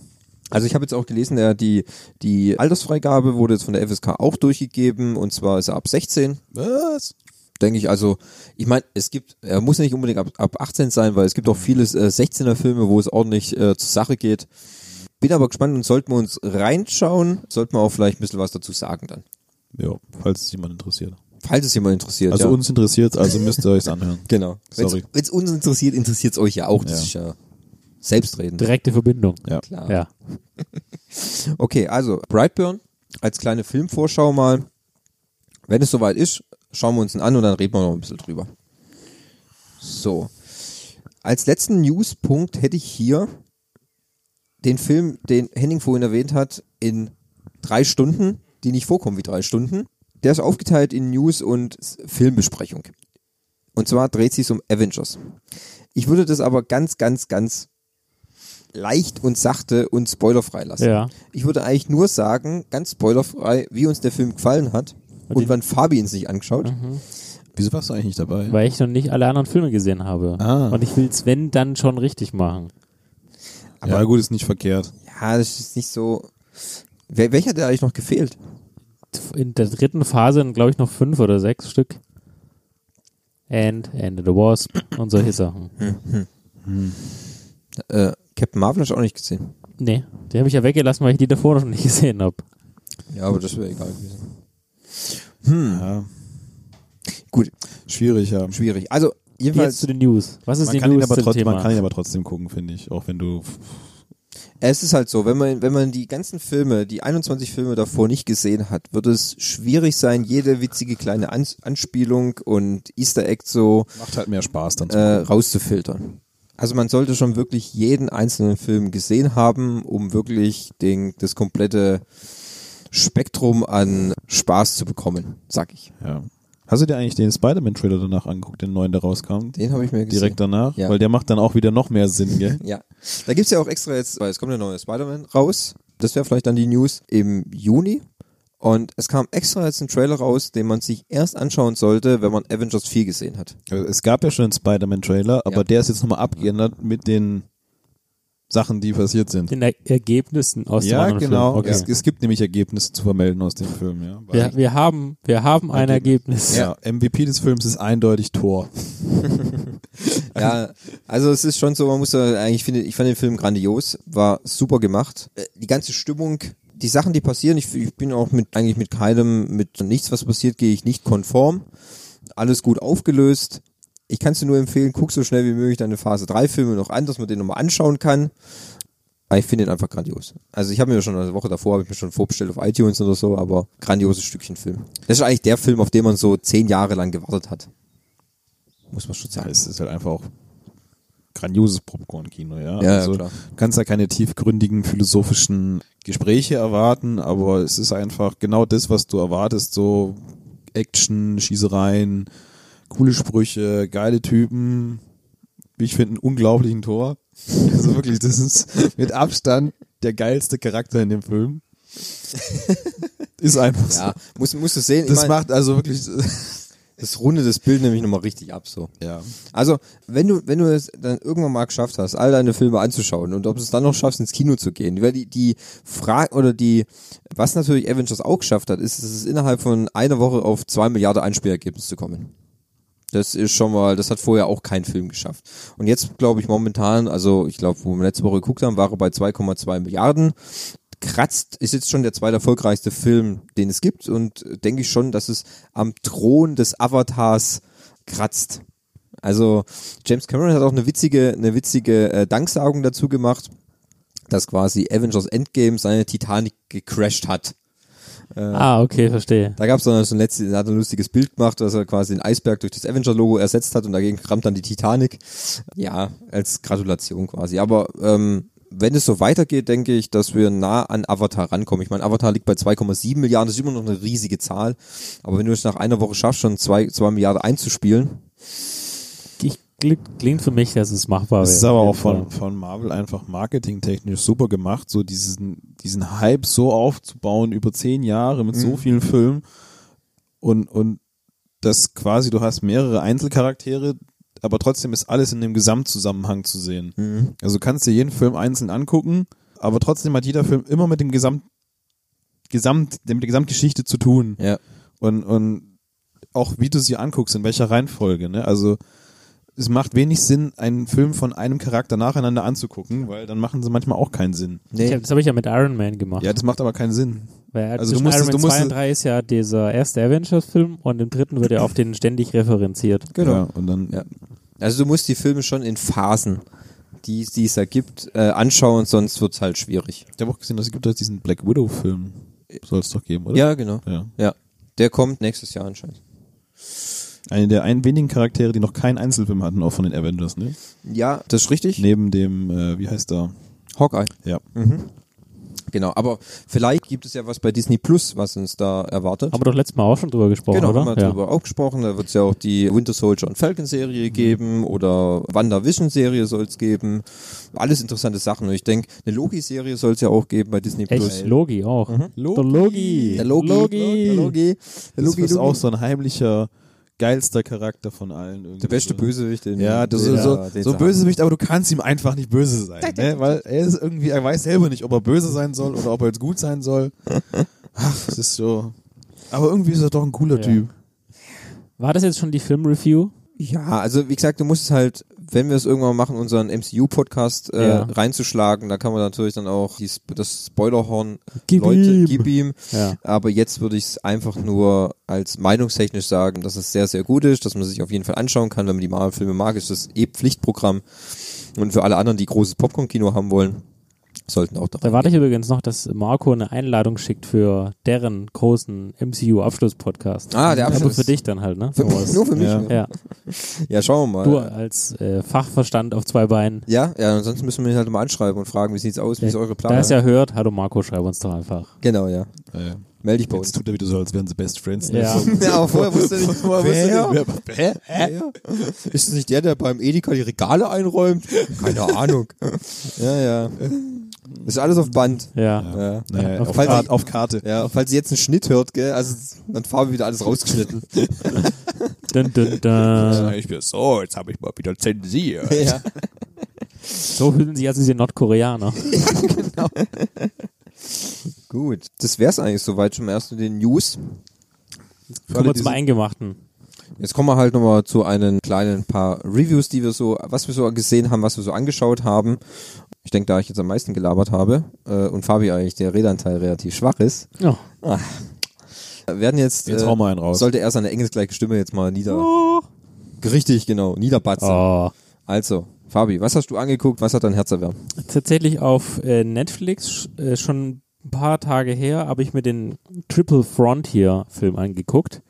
Also ich habe jetzt auch gelesen, der, die, die Altersfreigabe wurde jetzt von der FSK auch durchgegeben und zwar ist er ab 16. Was? Denke ich, also, ich meine, es gibt, er muss nicht unbedingt ab, ab 18 sein, weil es gibt auch viele äh, 16er Filme, wo es ordentlich äh, zur Sache geht. Bin aber gespannt und sollten wir uns reinschauen, sollten wir auch vielleicht ein bisschen was dazu sagen dann. Ja, falls es jemand interessiert. Falls es jemand interessiert. Also ja. uns interessiert, also müsst ihr euch anhören. Genau. Sorry. Wenn es uns interessiert, interessiert es euch ja auch. Das Ja. ist ja selbstredend. Direkte Verbindung. Ja. Klar. Ja. Okay, also Brightburn als kleine Filmvorschau mal. Wenn es soweit ist, schauen wir uns ihn an und dann reden wir noch ein bisschen drüber. So. Als letzten Newspunkt hätte ich hier den Film, den Henning vorhin erwähnt hat, in drei Stunden, die nicht vorkommen wie drei Stunden. Der ist aufgeteilt in News und S- Filmbesprechung. Und zwar dreht sich um Avengers. Ich würde das aber ganz, ganz, ganz leicht und sachte und spoilerfrei lassen. Ja. Ich würde eigentlich nur sagen, ganz spoilerfrei, wie uns der Film gefallen hat und wann Fabi ihn Mhm. sich angeschaut. Wieso warst du eigentlich nicht dabei? Weil ich noch nicht alle anderen Filme gesehen habe. Ah. Und ich will's wenn, dann schon richtig machen. ja gut, ist nicht verkehrt. Ja, das ist nicht so. Wel welcher hat dir eigentlich noch gefehlt? In der dritten Phase sind, glaube ich, noch fünf oder sechs Stück. And, End of the Wars und solche Sachen. Äh, Captain Marvel hast du auch nicht gesehen. Nee, die habe ich ja weggelassen, weil ich die davor noch nicht gesehen habe. Ja, aber das wäre egal gewesen. Hm, Ja. Gut, Schwierig, ja. schwierig. Also, Jetzt jedenfalls, zu den News. Was ist Man die kann, ihn News aber zum trotzdem, Thema? man kann ihn aber trotzdem gucken, finde ich. Auch wenn du. es ist halt so, wenn man, wenn man die ganzen Filme, die 21 Filme davor nicht gesehen hat, wird es schwierig sein, jede witzige kleine Ans Anspielung und Easter Egg so Macht halt mehr Spaß dann. äh, rauszufiltern. Also man sollte schon wirklich jeden einzelnen Film gesehen haben, um wirklich den, das komplette Spektrum an Spaß zu bekommen, sag ich. ja. Hast du dir eigentlich den Spider-Man-Trailer danach angeguckt, den neuen, der rauskam? Den habe ich mir gesehen. Direkt danach? Ja. Weil der macht dann auch wieder noch mehr Sinn, gell? Ja. Da gibt's ja auch extra jetzt, weil es kommt der neue Spider-Man raus. Das wäre vielleicht dann die News im Juni. Und es kam extra jetzt ein Trailer raus, den man sich erst anschauen sollte, wenn man Avengers 4 gesehen hat. Also Es gab ja schon einen Spider-Man-Trailer, aber Ja. der ist jetzt nochmal abgeändert mit den Sachen, die passiert sind. Den er Ergebnissen aus dem Ja, anderen genau. Film. Okay. Es, es gibt nämlich Ergebnisse zu vermelden aus dem Film, ja. Weil- wir, wir haben, wir haben ein Ergebnis. ja, MVP des Films ist eindeutig Tor. Ja, also es ist schon so, man muss da eigentlich finde ich fand den Film grandios, war super gemacht. Äh, Die ganze Stimmung, die Sachen, die passieren, ich, ich bin auch mit eigentlich mit keinem mit nichts was passiert, gehe ich nicht konform. Alles gut aufgelöst. Ich kann es dir nur empfehlen, guck so schnell wie möglich deine Phase 3 Filme noch an, dass man den nochmal anschauen kann. Aber ich finde ihn einfach grandios. Also ich habe mir schon eine Woche davor habe ich mir schon vorbestellt auf iTunes oder so, aber grandioses Stückchen Film. Das ist eigentlich der Film, auf den man so zehn Jahre lang gewartet hat. Muss man schon Ja, sagen. es ist halt einfach auch grandioses Popcorn-Kino, ja. Ja, also, ja, klar. Du kannst da keine tiefgründigen philosophischen Gespräche erwarten, aber es ist einfach genau das, was du erwartest, so Action, Schießereien, coole Sprüche, geile Typen. Wie Ich finde einen unglaublichen Tor. Also wirklich, das ist mit Abstand der geilste Charakter in dem Film. Ist einfach so. Ja, muss, musst du sehen. Das ich mein, macht also wirklich, das rundet das Bild nämlich nochmal richtig ab, so. ja. Also, wenn du, wenn du es dann irgendwann mal geschafft hast, all deine Filme anzuschauen und ob du es dann noch schaffst, ins Kino zu gehen, weil die, die Frage oder die, was natürlich Avengers auch geschafft hat, ist, dass es innerhalb von einer Woche auf zwei Milliarden Einspielergebnis zu kommen. Das ist schon mal, das hat vorher auch kein Film geschafft. Und jetzt glaube ich momentan, also ich glaube, wo wir letzte Woche geguckt haben, war er bei 2,2 Milliarden. Kratzt ist jetzt schon der zweiterfolgreichste Film, den es gibt und äh, denke ich schon, dass es am Thron des Avatars kratzt. Also James Cameron hat auch eine witzige, eine witzige äh, Danksagung dazu gemacht, dass quasi Avengers Endgame seine Titanic gecrashed hat. Ah, okay, verstehe. Da gab es dann so ein letztes, er hat ein lustiges Bild gemacht, dass er quasi den Eisberg durch das Avenger-Logo ersetzt hat und dagegen rammt dann die Titanic. Ja, als Gratulation quasi. Aber ähm, wenn es so weitergeht, denke ich, dass wir nah an Avatar rankommen. Ich meine, Avatar liegt bei 2,7 Milliarden, das ist immer noch eine riesige Zahl. Aber wenn du es nach einer Woche schaffst, schon 2 zwei Milliarden einzuspielen, Ich, klingt, klingt für mich, dass es machbar wäre. Das ist aber auf auch jeden von, Fall. von Marvel einfach marketingtechnisch super gemacht, so diesen, diesen Hype so aufzubauen über zehn Jahre mit Mhm. so vielen Filmen und, und das quasi, du hast mehrere Einzelcharaktere, aber trotzdem ist alles in dem Gesamtzusammenhang zu sehen. Mhm. Also du kannst dir jeden Film einzeln angucken, aber trotzdem hat jeder Film immer mit dem Gesamt, Gesamt, mit der Gesamtgeschichte zu tun ja. und, und auch wie du sie anguckst, in welcher Reihenfolge. Ne? Also es macht wenig Sinn, einen Film von einem Charakter nacheinander anzugucken, weil dann machen sie manchmal auch keinen Sinn. Ich hab, das habe ich ja mit Iron Man gemacht. Ja, das macht aber keinen Sinn. Weil also Also du zwischen musstest- Iron Man du musstest- 2 und 3 ist ja dieser erste Avengers-Film und im dritten wird er auf den ständig referenziert. Genau. Ja, und dann Ja. Also du musst die Filme schon in Phasen, die die es da gibt, äh, anschauen, sonst wird's halt schwierig. ich habe auch gesehen, dass es gibt da diesen Black Widow Film. Soll es doch geben, oder? Ja, genau. ja. Ja. Der kommt nächstes Jahr anscheinend. Eine der ein wenigen Charaktere, die noch keinen Einzelfilm hatten, auch von den Avengers, ne? Ja, das ist richtig. Neben dem, äh, wie heißt der? Hawkeye. Ja. Genau, aber vielleicht gibt es ja was bei Disney Plus, was uns da erwartet. Haben wir doch letztes Mal auch schon drüber gesprochen, genau, oder? haben wir ja. darüber auch gesprochen. Da wird es ja auch die Winter Soldier und Falcon Mhm. Serie geben oder WandaVision Serie soll es geben. Alles interessante Sachen. Und ich denke, eine Loki Serie soll es ja auch geben bei Disney Plus. Echt, Logi auch. Der Logi. Der Loki. Der Loki. Der Das Loki. ist auch Loki. so ein heimlicher, geilster Charakter von allen. Irgendwie Der beste so. Bösewicht. Den, Ja, das ist so, den sie so haben. Bösewicht, aber du kannst ihm einfach nicht böse sein, ne? weil er ist irgendwie, er weiß selber nicht, ob er böse sein soll oder ob er jetzt gut sein soll. Ach, das ist so. Aber irgendwie ist er doch ein cooler Ja. Typ. War das jetzt schon die Filmreview? Ja, also wie gesagt, du musst es halt, wenn wir es irgendwann machen, unseren MCU-Podcast äh, Ja. reinzuschlagen, da kann man natürlich dann auch die, Sp- das Spoilerhorn Gib Leute ihm. gib ihm. Ja. Aber jetzt würde ich es einfach nur als meinungstechnisch sagen, dass es sehr, sehr gut ist, dass man sich auf jeden Fall anschauen kann, wenn man die Marvel-Filme mag, ist das eh Pflichtprogramm. Und für alle anderen, die großes Popcorn-Kino haben wollen, sollten auch Da dabei. warte ich übrigens noch, dass Marco eine Einladung schickt für deren großen MCU-Abschluss-Podcast. Ah, der Aber Abschluss. für dich dann halt, ne? Für mich, nur für mich. Ja. Ja, Ja, schauen wir mal. du als äh, Fachverstand auf zwei Beinen. Ja, ja, ansonsten müssen wir ihn halt mal anschreiben und fragen, wie sieht's aus, wie ist eure Da Planung? es ja hört, hallo Marco, schreib uns doch einfach. genau, ja. Äh, Melde dich bei jetzt uns. tut er wieder so, als wären sie Best Friends. ne? Ja. So, Ja, aber vorher wusste er nicht, woher wusste er denn, wer- Hä? Hä? Ist das nicht der, der beim Edeka die Regale einräumt? Keine Ahnung. ja, ja. Ist alles auf Band. Ja. Ja. Naja, auf, Falls- Karte, auf Karte. Ja, falls ihr jetzt einen Schnitt hört, gell, also dann fahren wir wieder alles rausgeschnitten. Dun, dun, dun. Ich bin so, jetzt habe ich mal wieder zensiert. ja. So fühlen sich also diese Nordkoreaner. Gut. Das wär's eigentlich soweit schon mal erst mit den News. Kommen wir zum Eingemachten. Jetzt kommen wir halt nochmal zu einem kleinen paar Reviews, die wir so, was wir so gesehen haben, was wir so angeschaut haben. Ich denke, da ich jetzt am meisten gelabert habe äh, und Fabi eigentlich der Redanteil relativ schwach ist, Ja. werden jetzt, Jetzt äh, hauen wir einen raus. sollte er seine engelsgleiche Stimme jetzt mal nieder, Oh. richtig genau, niederbatzen. Ah. Oh. Also, Fabi, was hast du angeguckt, was hat dein Herz erwärmt? tatsächlich auf äh, Netflix sch- äh, schon ein paar Tage her habe ich mir den Triple Frontier Film angeguckt.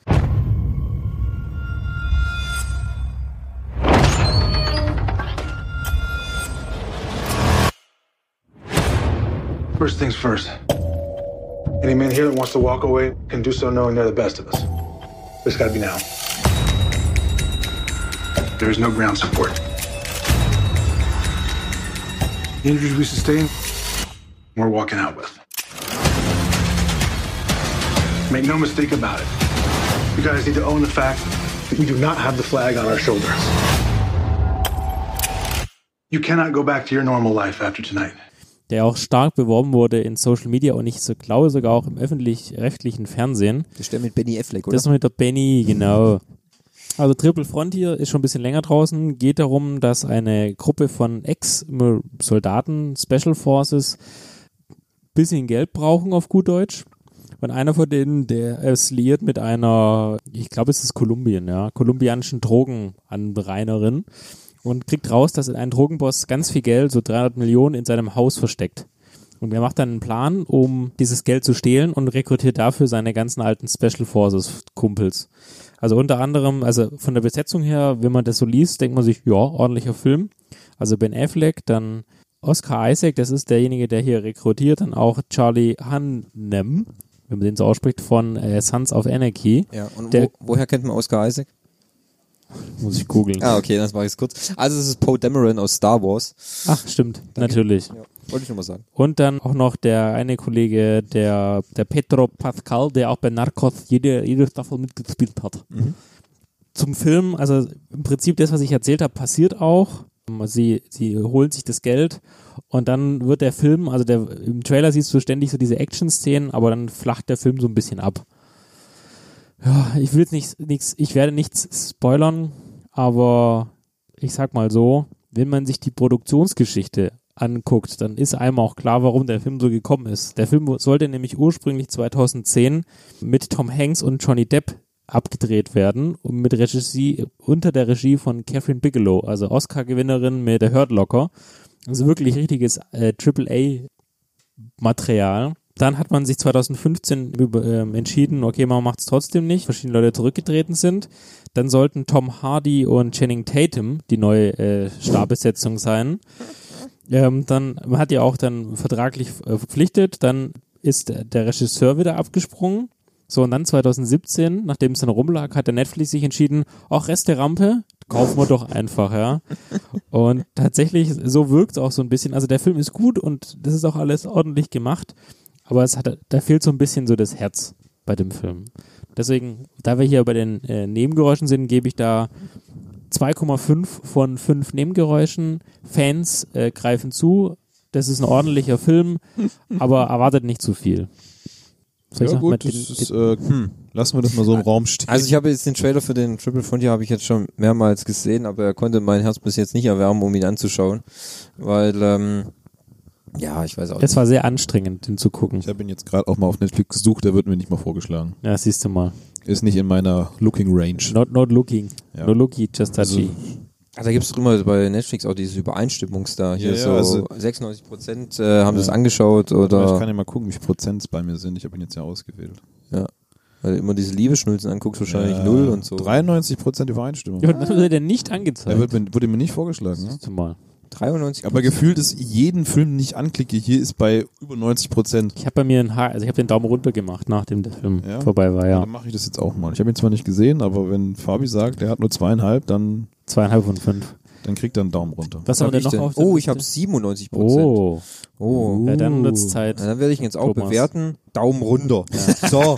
First things first. Any man here that wants to walk away can do so knowing they're the best of us. But it's gotta be now. There is no ground support. Injuries we sustain, we're walking out with. Make no mistake about it. You guys need to own the fact that we do not have the flag on our shoulders. You cannot go back to your normal life after tonight. der auch stark beworben wurde in Social Media und ich so glaube sogar auch im öffentlich-rechtlichen Fernsehen. Die Stimme mit Benny Affleck, Das mit der Benny, genau. Also Triple Frontier ist schon ein bisschen länger draußen, geht darum, dass eine Gruppe von Ex-Soldaten, Special Forces, bisschen Geld brauchen auf gut Deutsch. Und einer von denen, der es liiert mit einer, ich glaube es ist Kolumbien, ja, kolumbianischen Drogenanrainerin und kriegt raus, dass ein Drogenboss ganz viel Geld, so 300 Millionen, in seinem Haus versteckt. Und er macht dann einen Plan, um dieses Geld zu stehlen und rekrutiert dafür seine ganzen alten Special Forces Kumpels. Also unter anderem, also von der Besetzung her, wenn man das so liest, denkt man sich, ja, ordentlicher Film. Also Ben Affleck, dann Oscar Isaac, das ist derjenige, der hier rekrutiert, dann auch Charlie Hunnam, wenn man den so ausspricht, von äh, Sons of Anarchy. ja, und der- wo, woher kennt man Oscar Isaac? Muss ich googeln. Ah, okay, das mache ich kurz. Also es ist Poe Dameron aus Star Wars. Ach, stimmt, natürlich. Wollte ich nur mal sagen. Und dann auch noch der eine Kollege, der, der Pedro Pascal, der auch bei Narcos jede, jede Staffel mitgespielt hat. Zum Film, also im Prinzip das, was ich erzählt habe, passiert auch. Sie, sie holen sich das Geld und dann wird der Film, also der, im Trailer siehst du ständig so diese Action-Szenen, aber dann flacht der Film so ein bisschen ab. Ja, ich will jetzt nichts, nichts, ich werde nichts spoilern, aber ich sag mal so, wenn man sich die Produktionsgeschichte anguckt, dann ist einem auch klar, warum der Film so gekommen ist. Der Film sollte nämlich ursprünglich 2010 mit Tom Hanks und Johnny Depp abgedreht werden und mit Regie, unter der Regie von Catherine Bigelow, also Oscar-Gewinnerin mit der Hurt Locker. Also wirklich richtiges äh, AAA-Material. Dann hat man sich 2015 über, ähm, entschieden, okay, man macht es trotzdem nicht, verschiedene Leute zurückgetreten sind. Dann sollten Tom Hardy und Channing Tatum die neue äh, Starbesetzung sein. Ähm, dann man hat ja auch dann vertraglich äh, verpflichtet, dann ist der- der Regisseur wieder abgesprungen. So, und dann 2017, nachdem es dann rumlag, hat der Netflix sich entschieden, auch Rest der Rampe kaufen wir doch einfach, ja. Und tatsächlich, so wirkt es auch so ein bisschen. Also der Film ist gut und das ist auch alles ordentlich gemacht, aber es hat, da fehlt so ein bisschen so das Herz bei dem Film. Deswegen, da wir hier bei den äh, Nebengeräuschen sind, gebe ich da 2,5 von 5 Nebengeräuschen. Fans äh, greifen zu. Das ist ein ordentlicher Film, aber erwartet nicht zu viel. Soll ich ja noch mal gut, den- das ist, äh, hm, lassen wir das mal so im Raum stehen. Also ich habe jetzt den Trailer für den Triple Frontier habe ich jetzt schon mehrmals gesehen, aber er konnte mein Herz bis jetzt nicht erwärmen, um ihn anzuschauen, weil ähm, ja, ich weiß auch Es war sehr anstrengend, den zu gucken. ich habe ihn jetzt gerade auch mal auf Netflix gesucht, der wird mir nicht mal vorgeschlagen. Ja, siehst du mal. Ist nicht in meiner Looking Range. Not, not looking. Ja. No looky, just touchy. Also- nicht. Ah, Da gibt es immer bei Netflix auch diese Übereinstimmung da. Hier Ja, ja, so also- 96 Prozent äh, haben das angeschaut oder Ich kann ja mal gucken, wie viel Prozent es bei mir sind. Ich habe ihn jetzt ja ausgewählt. weil du immer diese Liebeschnulzen anguckst, wahrscheinlich null und so. 93 Prozent Übereinstimmung. Ja, und das wurde dir nicht angezeigt. Er wird mir, wurde mir nicht vorgeschlagen. Ne? Siehst du mal. 93 Aber gefühlt ist jeden Film, den ich anklicke, hier ist bei über 90 Prozent. Ich habe bei mir einen Haar, also ich habe den Daumen runter gemacht, nachdem der Film Ja? vorbei war, ja. Dann mache ich das jetzt auch mal. Ich habe ihn zwar nicht gesehen, aber wenn Fabi sagt, er hat nur zweieinhalb, dann, Zweieinhalb von fünf. dann kriegt er einen Daumen runter. Was Hab haben wir denn ich noch denn? auf der Oh, ich habe Liste? 97 Prozent. Oh. oh. Ja, dann wird's Zeit. Na, dann werde ich ihn jetzt auch Thomas. bewerten. Daumen runter. So,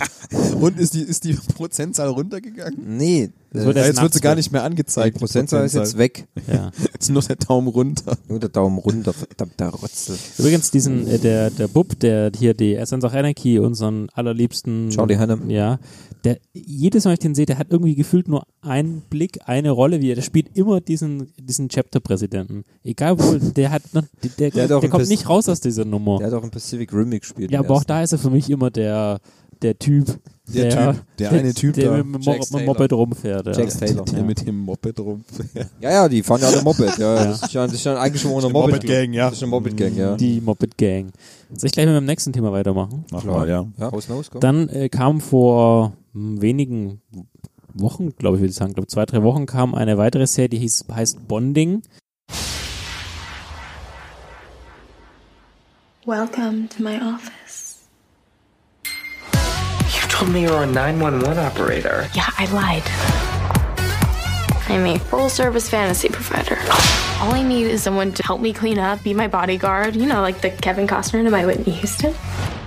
Und ist die, ist die Prozentzahl runtergegangen? Nee, Das äh, wird Ja, erst jetzt wird sie nachts gar weg. nicht mehr angezeigt. die Prozentzahl ist jetzt weg. Ja. Jetzt nur der Daumen runter. Nur der Daumen runter, verdammter Rotzel. Übrigens, diesen, äh, der, der Bub, der hier die Essence of Anarchy, unseren allerliebsten. Charlie Hunnam. Ja. Der, jedes Mal, wenn ich den sehe, der hat irgendwie gefühlt nur einen Blick, eine Rolle, wie er, der spielt immer diesen, diesen Chapter-Präsidenten. Egal wo, der hat noch, der, der, Der der, hat auch ein kommt bisschen- nicht raus aus dieser Nummer. Der hat auch im Pacific Rim gespielt. ja, im aber auch ersten. da ist er für mich immer der, der Typ. Der Typ, der eine Typ der da. mit dem Mo- Jax mit dem Taylor. Moped rumfährt. Ja. Jax Taylor. Der mit dem Moped rum. Ja, ja, die fahren ja alle Moped. Ja, Das ist ja, das ist ja ein eingeschworener Moped. ja. Das ist eine Moped-Gang, ja. Die Moped Gang. Soll ich gleich mit dem nächsten Thema weitermachen? Mach mal, ja. ja. Aus Nose, komm. Dann äh, kam vor hm, wenigen Wochen, glaube ich, würde ich sagen, glaube zwei, drei Wochen kam eine weitere Serie, die hieß, heißt Bonding. Welcome to my office. You told me you were a 911 operator. Yeah, I lied. I'm a full service fantasy provider. All I need is someone to help me clean up, be my bodyguard, you know, like the Kevin Costner to my Whitney Houston.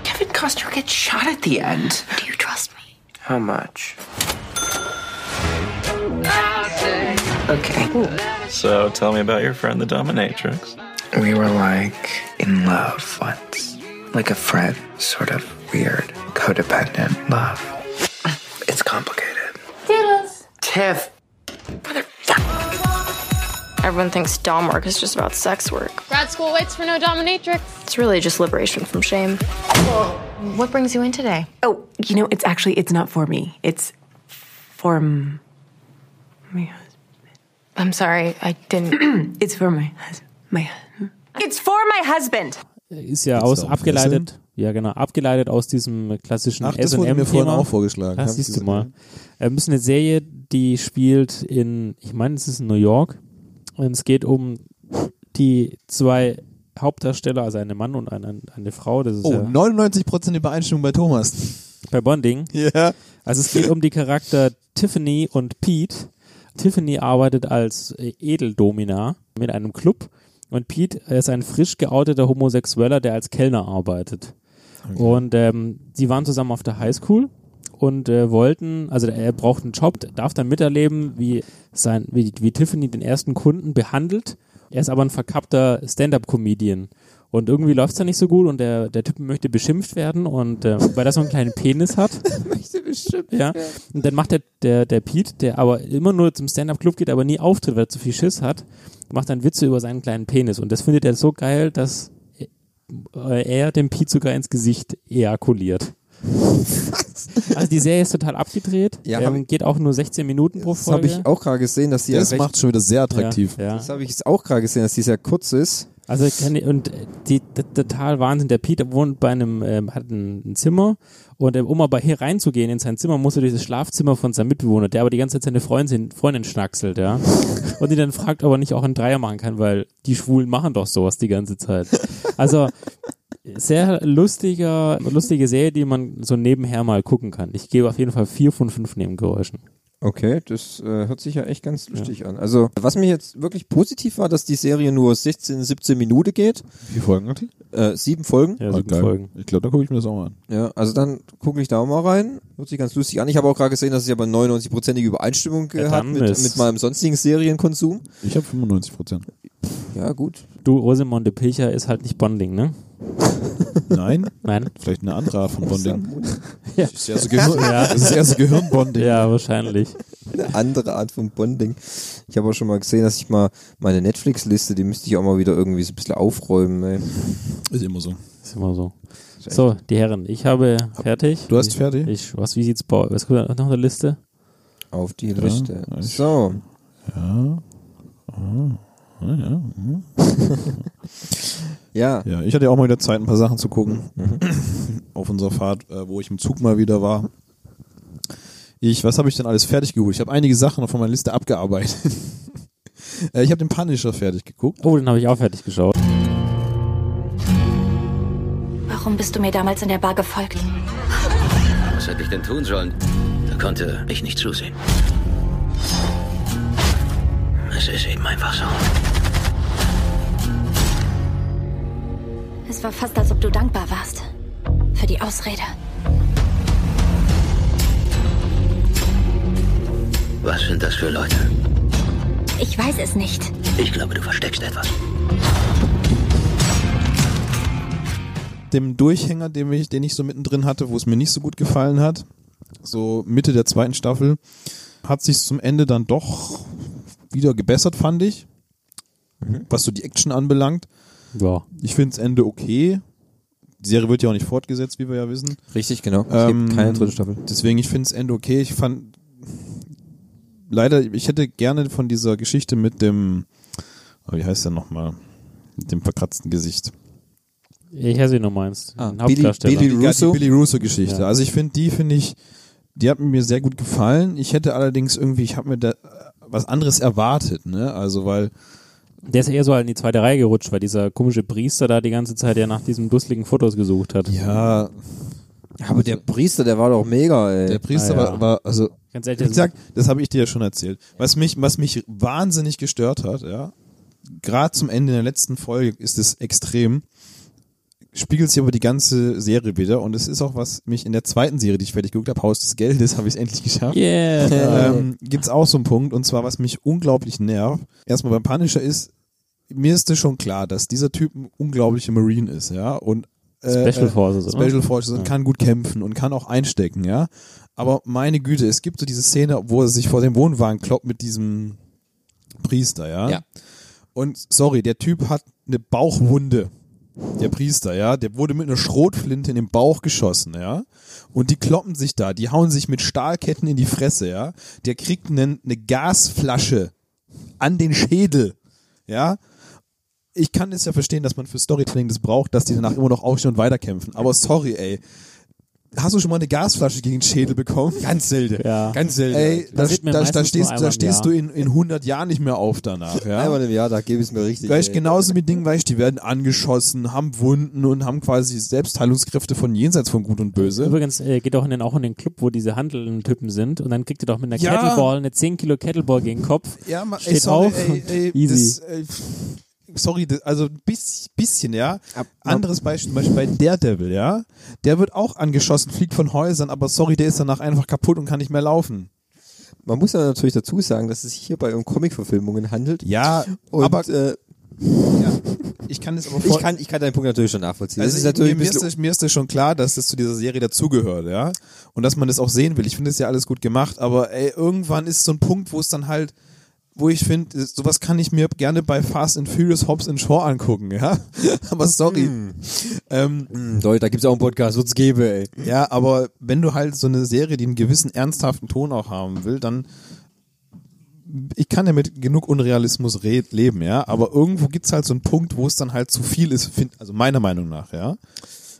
Kevin Costner gets shot at the end. Do you trust me? How much? Okay. So tell me about your friend, the Dominatrix. We were like in love once. Like a friend, sort of weird, codependent love. It's complicated. Tiff. Everyone thinks dom work is just about sex work. Grad school waits for no dominatrix. It's really just liberation from shame. What brings you in today? Oh, you know, it's actually it's not for me. It's for m- my husband. I'm sorry, I didn't. It's for my husband. My husband. It's for my husband. Ist ja Geht's aus da um abgeleitet, ja genau, abgeleitet aus diesem klassischen Ach, das wurde mir vorhin SM-Thema. auch vorgeschlagen. Das Hab ich Ah, siehst du gesehen. mal. Ähm, ist eine Serie, die spielt in, ich meine, es ist in New York. Und es geht um die zwei Hauptdarsteller, also eine Mann und eine, eine Frau. Das ist Oh, ja 99% Übereinstimmung bei Thomas. bei Bonding. Ja. Also es geht um die Charakter Tiffany und Pete. Tiffany arbeitet als äh, Edeldomina mit einem Club und Pete ist ein frisch geouteter Homosexueller, der als Kellner arbeitet. Und ähm, sie waren zusammen auf der Highschool und äh, wollten, also er braucht einen Job, darf dann miterleben, wie, sein, wie, wie Tiffany den ersten Kunden behandelt. Er ist aber ein verkappter Stand-up-Comedian. Und irgendwie läuft es da nicht so gut und der, der Typ möchte beschimpft werden und äh, weil er so einen kleinen Penis hat. Ja. Und dann macht der, der, der Pete, der aber immer nur zum Stand-Up-Club geht, aber nie auftritt, weil er zu viel Schiss hat, macht dann Witze über seinen kleinen Penis. Und das findet er so geil, dass äh, er dem Pete sogar ins Gesicht ejakuliert. Also die Serie ist total abgedreht, Ja, hab ähm, ich- geht auch nur 16 Minuten pro Das habe Folge. ich auch gerade gesehen, dass die ja Das recht, macht schon wieder sehr attraktiv. Ja, ja. Das habe ich jetzt auch gerade gesehen, dass die sehr kurz ist. Also kann ich, und äh, die, die, total Wahnsinn. Der Peter wohnt bei einem, ähm, hat ein, ein Zimmer und ähm, um aber hier reinzugehen in sein Zimmer, muss er durch das Schlafzimmer von seinem Mitbewohner, der aber die ganze Zeit seine Freundin, Freundin schnackselt, ja. Und ihn dann fragt, ob er nicht auch einen Dreier machen kann, weil die Schwulen machen doch sowas die ganze Zeit. Also sehr lustiger, lustige Serie, die man so nebenher mal gucken kann. Ich gebe auf jeden Fall vier von fünf Nebengeräuschen. Okay, das äh, hört sich ja echt ganz lustig an. Also, was mir jetzt wirklich positiv war, dass die Serie nur 16, 17 Minuten geht, Wie Folgen hat die? äh, sieben Folgen. Ja, Ah, sieben geil. Folgen. Ich glaube, da gucke ich mir das auch mal an. Ja, also dann gucke ich da auch mal rein. Hört sich ganz lustig an. Ich habe auch gerade gesehen, dass ich aber 99-prozentige Übereinstimmung äh, Ja, hat dann mit, ist- mit meinem sonstigen Serienkonsum. Ich habe 95%. Ja, gut. Du, Rosamunde Pilcher ist halt nicht Bonding, ne? Nein? Nein. Vielleicht eine andere Art von Bonding. Ja. Das ist eher so, Gehirn, Ja. das ist eher so Gehirnbonding. Ja, wahrscheinlich. Eine andere Art von Bonding. Ich habe auch schon mal gesehen, dass ich mal meine Netflix-Liste, die müsste ich auch mal wieder irgendwie so ein bisschen aufräumen. Ey. Ist immer so. Ist immer so. So, die Herren, ich habe fertig. Du hast fertig? Ich, was, wie sieht's bei euch? Was kommt da noch auf der Liste? Auf die Liste. ich- So. Ja. ja. Ja, ich hatte ja auch mal wieder Zeit, ein paar Sachen zu gucken. Auf unserer Fahrt, äh, wo ich im Zug mal wieder war. Ich, was habe ich denn alles fertig geholt? Ich habe einige Sachen noch von meiner Liste abgearbeitet. äh, ich habe den Punisher fertig geguckt. Oh, den habe ich auch fertig geschaut. Warum bist du mir damals in der Bar gefolgt? Was hätte ich denn tun sollen? Da konnte ich nicht zusehen. Es ist eben einfach so. Es war fast, als ob du dankbar warst. Für die Ausrede. Was sind das für Leute? Ich weiß es nicht. Ich glaube, du versteckst etwas. Dem Durchhänger, den ich, den ich so mittendrin hatte, wo es mir nicht so gut gefallen hat, so Mitte der zweiten Staffel, hat sich zum Ende dann doch wieder gebessert, fand ich. Was so die Action anbelangt. Ja. Ich finde das Ende okay. Die Serie wird ja auch nicht fortgesetzt, wie wir ja wissen. Richtig, genau. Es Ähm, gibt keine dritte Staffel. Deswegen, ich finde das Ende okay. Ich fand leider, ich hätte gerne von dieser Geschichte mit dem, oh, wie heißt der nochmal, mit dem verkratzten Gesicht. Ich weiß, wie du meinst. Ah, Ein Billy- Hauptdarsteller. Billy Die- Russo? Die Billy Russo-Geschichte. Ja. Also ich finde, die finde ich, die hat mir sehr gut gefallen. Ich hätte allerdings irgendwie, ich habe mir da äh, was anderes erwartet, ne? Also weil Der ist eher so halt in die zweite Reihe gerutscht, weil dieser komische Priester da die ganze Zeit ja nach diesen dusseligen Fotos gesucht hat. Ja. Aber der Priester, der war doch mega, ey. Der Priester Ah, ja. war, war, also, Ganz wie ehrlich, das- gesagt, das habe ich dir ja schon erzählt. Was mich, was mich wahnsinnig gestört hat, ja, gerade zum Ende der letzten Folge ist es extrem, spiegelt sich aber die ganze Serie wieder und es ist auch was mich in der zweiten Serie, die ich fertig geguckt habe, Haus des Geldes, habe ich endlich geschafft. Yeah. Ähm, gibt's auch so einen Punkt und zwar, was mich unglaublich nervt. Erstmal beim Punisher ist, mir ist es schon klar, dass dieser Typ ein unglaublicher Marine ist, ja, und äh, Special äh, Forces, oder? ne? Special Forces und Ja. kann gut kämpfen und kann auch einstecken, ja. Aber meine Güte, es gibt so diese Szene, wo er sich vor dem Wohnwagen kloppt mit diesem Priester, ja. Ja. Und sorry, der Typ hat eine Bauchwunde. Der Priester, ja, der wurde mit einer Schrotflinte in den Bauch geschossen, ja. Und die kloppen sich da, die hauen sich mit Stahlketten in die Fresse, ja. Der kriegt einen, eine Gasflasche an den Schädel, ja. Ich kann es ja verstehen, dass man für Storytelling das braucht, dass die danach immer noch aufstehen und weiterkämpfen. Aber sorry, ey. Hast du schon mal eine Gasflasche gegen den Schädel bekommen? Ganz selten. Ja. Ganz selten. Ey, da, Das sieht da, man da, meistens nur stehst, einmal da im stehst du Jahr. in, in 100 Jahren nicht mehr auf danach. Ja? Einmal im Jahr, da gebe ich es mir richtig. Weißt, ey. genauso mit Dingen, weißt, die werden angeschossen, haben Wunden und haben quasi Selbstheilungskräfte von jenseits von Gut und Böse. Übrigens äh, geht auch in den, auch in den Club, wo diese handelnden Typen sind und dann kriegt ihr doch mit einer Ja. Kettleball, eine 10 Kilo Kettleball gegen den Kopf. ma- steht auf und easy. das, ey, pff, sorry, das, also ein bis, bisschen, ja. Anderes Beispiel, zum Beispiel bei Daredevil, ja. Der wird auch angeschossen, fliegt von Häusern, aber sorry, der ist danach einfach kaputt und kann nicht mehr laufen. Man muss ja natürlich dazu sagen, dass es sich hierbei um Comicverfilmungen handelt. Ja, Und, aber äh, ich kann es aber ich voll, kann, ich kann deinen Punkt natürlich schon nachvollziehen. Also das ist natürlich ein mir, ist bisschen das, mir ist das schon klar, dass das zu dieser Serie dazugehört, ja. Und dass man das auch sehen will. Ich finde es ja alles gut gemacht, aber ey, irgendwann ist so ein Punkt, wo es dann halt, wo ich finde, sowas kann ich mir gerne bei Fast and Furious Hobbs and Shaw angucken, ja. aber sorry. Ähm, Hm, Leute, da gibt's auch einen Podcast, wird's geben, ey. ja, aber wenn du halt so eine Serie, die einen gewissen ernsthaften Ton auch haben will, dann ich kann ja mit genug Unrealismus re- leben, ja, aber irgendwo gibt's halt so einen Punkt, wo es dann halt zu viel ist, find, also meiner Meinung nach, ja.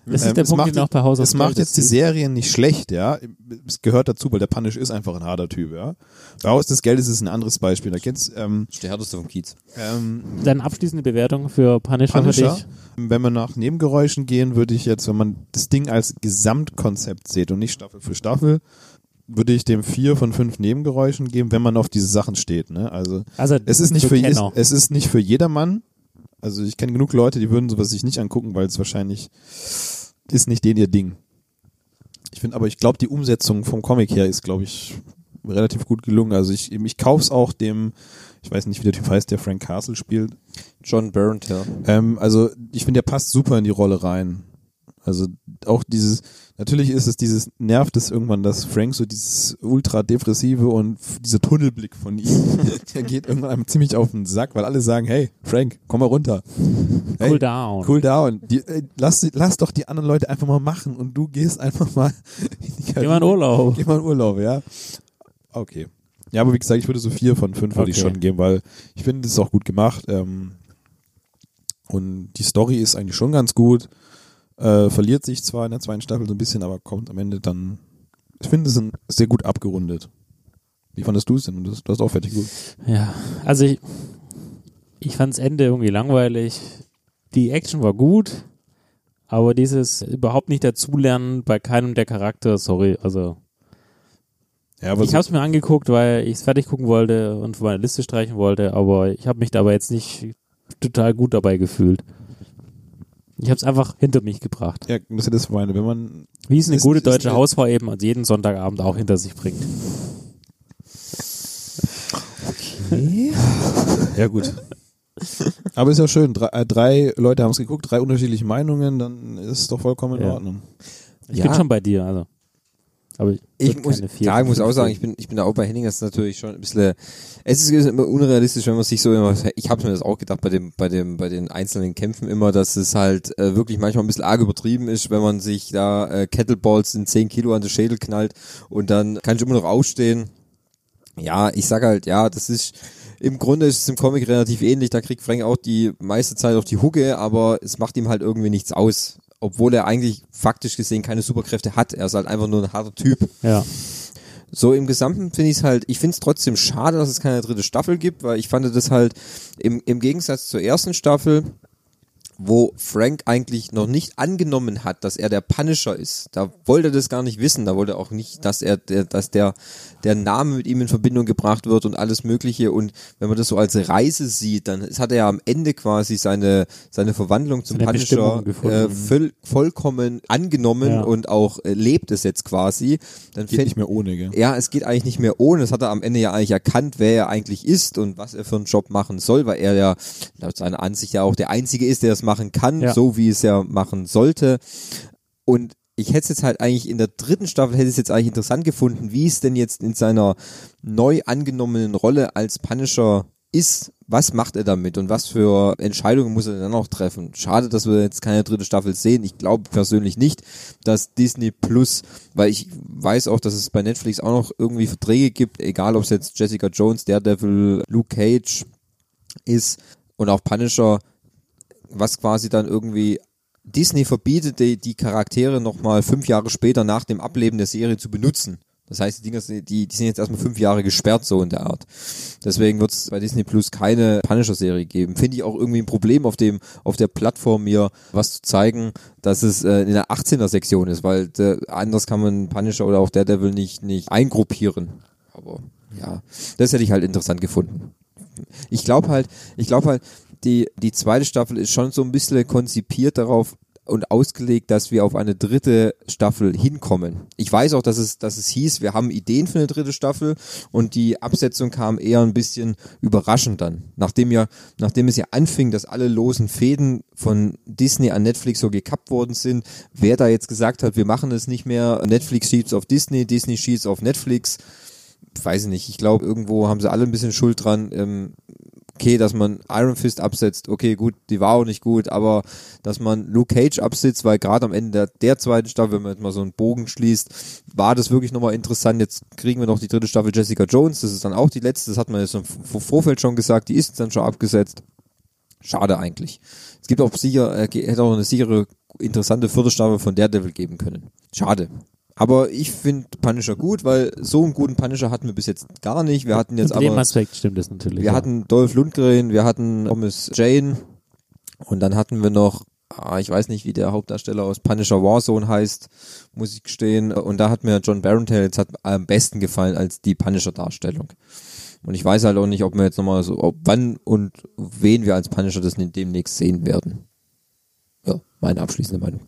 Das ist der ähm, es Punkt, macht den du die- auch bei House of Es macht Cards jetzt die siehst. Serien nicht schlecht, ja. Es gehört dazu, weil der Punish ist einfach ein harter Typ, ja. Raus des Geldes ist ein anderes Beispiel. Da kennst ähm, Der härteste vom Kiez. ähm, Dann abschließende Bewertung für Punisher, für Punisher. dich. Wenn wir nach Nebengeräuschen gehen, würde ich jetzt, wenn man das Ding als Gesamtkonzept sieht und nicht Staffel für Staffel, würde ich dem vier von fünf Nebengeräuschen geben, wenn man auf diese Sachen steht. Ne? Also, Also, es ist nicht für für, je- Kenner. es ist nicht für jedermann. Also ich kenne genug Leute, die würden sowas sich nicht angucken, weil es wahrscheinlich ist nicht denen ihr Ding. Ich finde, aber ich glaube, die Umsetzung vom Comic her ist, glaube ich, relativ gut gelungen. Also ich, ich kauf's auch dem, ich weiß nicht, wie der Typ heißt, der Frank Castle spielt. John Burnett, ja. Ähm, also ich finde, der passt super in die Rolle rein. Also auch dieses, natürlich ist es dieses, nervt es irgendwann, dass Frank so dieses ultra depressive und f- dieser Tunnelblick von ihm, der geht irgendwann einem ziemlich auf den Sack, weil alle sagen, hey Frank, komm mal runter. Hey, Cool down. Cool down. Die, ey, lass, die- lass doch die anderen Leute einfach mal machen und du gehst einfach mal in die Geh mal in Urlaub. Geh mal in Urlaub, ja. Okay. Ja, aber wie gesagt, ich würde so vier von fünf würde ich Okay. schon geben, weil ich finde, das ist auch gut gemacht. Ähm, und die Story ist eigentlich schon ganz gut. Äh, verliert sich zwar in der zweiten Staffel so ein bisschen, aber kommt am Ende dann. Ich finde es ein- sehr gut abgerundet. Wie fandest du es denn? Du hast du hast auch fertig gut. Ja, also ich, ich fand's Ende irgendwie langweilig. Die Action war gut, aber dieses überhaupt nicht dazulernen bei keinem der Charakter, sorry, also Ja, aber ich so- habe es mir angeguckt, weil ich es fertig gucken wollte und von meiner Liste streichen wollte, aber ich habe mich dabei jetzt nicht total gut dabei gefühlt. Ich habe es einfach hinter mich gebracht. ja, das ist das meine. Wenn man Wie es eine Ist- gute ist- deutsche Hausfrau eben jeden Sonntagabend auch hinter sich bringt. Nee. Ja, gut. Aber ist ja schön. Drei, äh, drei Leute haben es geguckt, drei unterschiedliche Meinungen, dann ist es doch vollkommen in Ja. Ordnung. Ich bin schon bei dir, also. Aber ich, Ich würd muss, keine vier ja, ich von muss fünf auch sagen, geben. ich bin, ich bin da auch bei Henning, das ist natürlich schon ein bisschen, es ist immer unrealistisch, wenn man sich so immer, ich habe mir das auch gedacht bei dem, bei dem, bei den einzelnen Kämpfen immer, dass es halt äh, wirklich manchmal ein bisschen arg übertrieben ist, wenn man sich da äh, Kettleballs in 10 Kilo an den Schädel knallt und dann kann ich immer noch aufstehen. Ja, ich sag halt, ja, das ist, im Grunde ist es im Comic relativ ähnlich, da kriegt Frank auch die meiste Zeit auf die Hucke, aber es macht ihm halt irgendwie nichts aus. Obwohl er eigentlich faktisch gesehen keine Superkräfte hat. Er ist halt einfach nur ein harter Typ. Ja. So im Gesamten finde ich es halt, ich finde es trotzdem schade, dass es keine dritte Staffel gibt, weil ich fand das halt im, im Gegensatz zur ersten Staffel, wo Frank eigentlich noch nicht angenommen hat, dass er der Punisher ist. Da wollte er das gar nicht wissen. Da wollte er auch nicht, dass er, der, dass der, der Name mit ihm in Verbindung gebracht wird und alles Mögliche. Und wenn man das so als Reise sieht, dann hat er ja am Ende quasi seine, seine Verwandlung zum Seine Punisher Bestimmung gefunden. äh, voll, vollkommen angenommen Ja. und auch äh, lebt es jetzt quasi. Dann Geht fällt- nicht mehr ohne, gell? ja, es geht eigentlich nicht mehr ohne. Das hat er am Ende ja eigentlich erkannt, wer er eigentlich ist und was er für einen Job machen soll, weil er ja laut seiner Ansicht ja auch der Einzige ist, der das machen kann, Ja. so wie es ja machen sollte. Und ich hätte es jetzt halt eigentlich in der dritten Staffel hätte ich es jetzt eigentlich interessant gefunden, wie es denn jetzt in seiner neu angenommenen Rolle als Punisher ist. Was macht er damit und was für Entscheidungen muss er dann noch treffen? Schade, dass wir jetzt keine dritte Staffel sehen. Ich glaube persönlich nicht, dass Disney Plus, weil ich weiß auch, dass es bei Netflix auch noch irgendwie Verträge gibt, egal ob es jetzt Jessica Jones, Daredevil, Luke Cage ist und auch Punisher, was quasi dann irgendwie Disney verbietet, die, die Charaktere nochmal fünf Jahre später nach dem Ableben der Serie zu benutzen. Das heißt, die Dinger, sind- die, die sind jetzt erstmal fünf Jahre gesperrt, so in der Art. Deswegen wird es bei Disney Plus keine Punisher-Serie geben. Finde ich auch irgendwie ein Problem auf dem, auf der Plattform mir was zu zeigen, dass es äh, in der 18er-Sektion ist, weil äh, anders kann man Punisher oder auch Daredevil nicht, nicht eingruppieren. Aber ja, das hätte ich halt interessant gefunden. Ich glaube halt, ich glaube halt, die, die zweite Staffel ist schon so ein bisschen konzipiert darauf und ausgelegt, dass wir auf eine dritte Staffel hinkommen. Ich weiß auch, dass es, dass es hieß, wir haben Ideen für eine dritte Staffel und die Absetzung kam eher ein bisschen überraschend dann. Nachdem ja, nachdem es ja anfing, dass alle losen Fäden von Disney an Netflix so gekappt worden sind, wer da jetzt gesagt hat, wir machen es nicht mehr, Netflix schiebt auf Disney, Disney schiebt auf Netflix, weiß ich nicht, ich glaube, irgendwo haben sie alle ein bisschen Schuld dran. Ähm, okay, dass man Iron Fist absetzt, okay, gut, die war auch nicht gut, aber dass man Luke Cage absetzt, weil gerade am Ende der, der zweiten Staffel, wenn man jetzt mal so einen Bogen schließt, war das wirklich nochmal interessant. Jetzt kriegen wir noch die dritte Staffel Jessica Jones, das ist dann auch die letzte, das hat man jetzt im Vor- Vorfeld schon gesagt, die ist dann schon abgesetzt. Schade eigentlich. Es gibt auch sicher, äh, ge- hätte auch eine sichere, interessante vierte Staffel von Daredevil geben können. Schade. Aber ich finde Punisher gut, weil so einen guten Punisher hatten wir bis jetzt gar nicht. Wir hatten jetzt Unter aber. dem Aspekt stimmt das natürlich. Wir ja. hatten Dolph Lundgren, wir hatten Thomas Jane und dann hatten wir noch, ah, ich weiß nicht, wie der Hauptdarsteller aus Punisher Warzone heißt, muss ich gestehen. Und da hat mir John Barrentale jetzt hat am besten gefallen als die Punisher-Darstellung. Und ich weiß halt auch nicht, ob wir jetzt nochmal so, ob wann und wen wir als Punisher das demnächst sehen werden. Ja, meine abschließende Meinung.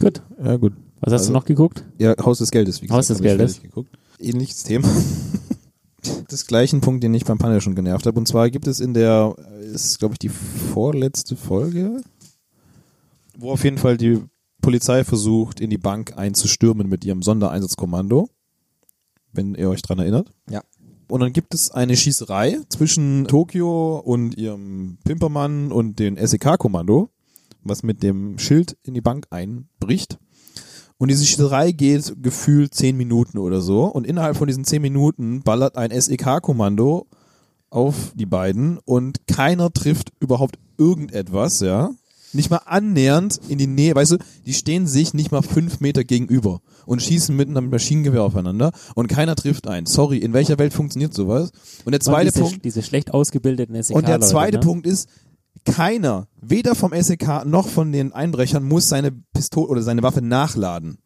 Gut. Ja, gut. Was hast Also- du noch geguckt? Ja, Haus des Geldes, wie gesagt. Haus des hab ich Geldes. fertig Geguckt. Ähnliches Thema. Das gleichen Punkt, den ich beim Panel schon genervt habe. Und zwar gibt es in der, ist glaube ich die vorletzte Folge, wo auf jeden Fall die Polizei versucht, in die Bank einzustürmen mit ihrem Sondereinsatzkommando, wenn ihr euch dran erinnert. Ja. Und dann gibt es eine Schießerei zwischen Tokio und ihrem Pimpermann und E dem SEK-Kommando, was mit dem Schild in die Bank einbricht. Und diese Schießerei geht gefühlt zehn Minuten oder so. Und innerhalb von diesen zehn Minuten ballert ein SEK-Kommando auf die beiden und keiner trifft überhaupt irgendetwas, ja. Nicht mal annähernd in die Nähe, weißt du, die stehen sich nicht mal fünf Meter gegenüber und schießen mit einem Maschinengewehr aufeinander und keiner trifft einen. Sorry, in welcher Welt funktioniert sowas? Und der zweite diese, Punkt. Diese schlecht ausgebildeten SEK. Und der zweite ne? Punkt ist, keiner, weder vom SEK noch von den Einbrechern, muss seine Pistole oder seine Waffe nachladen.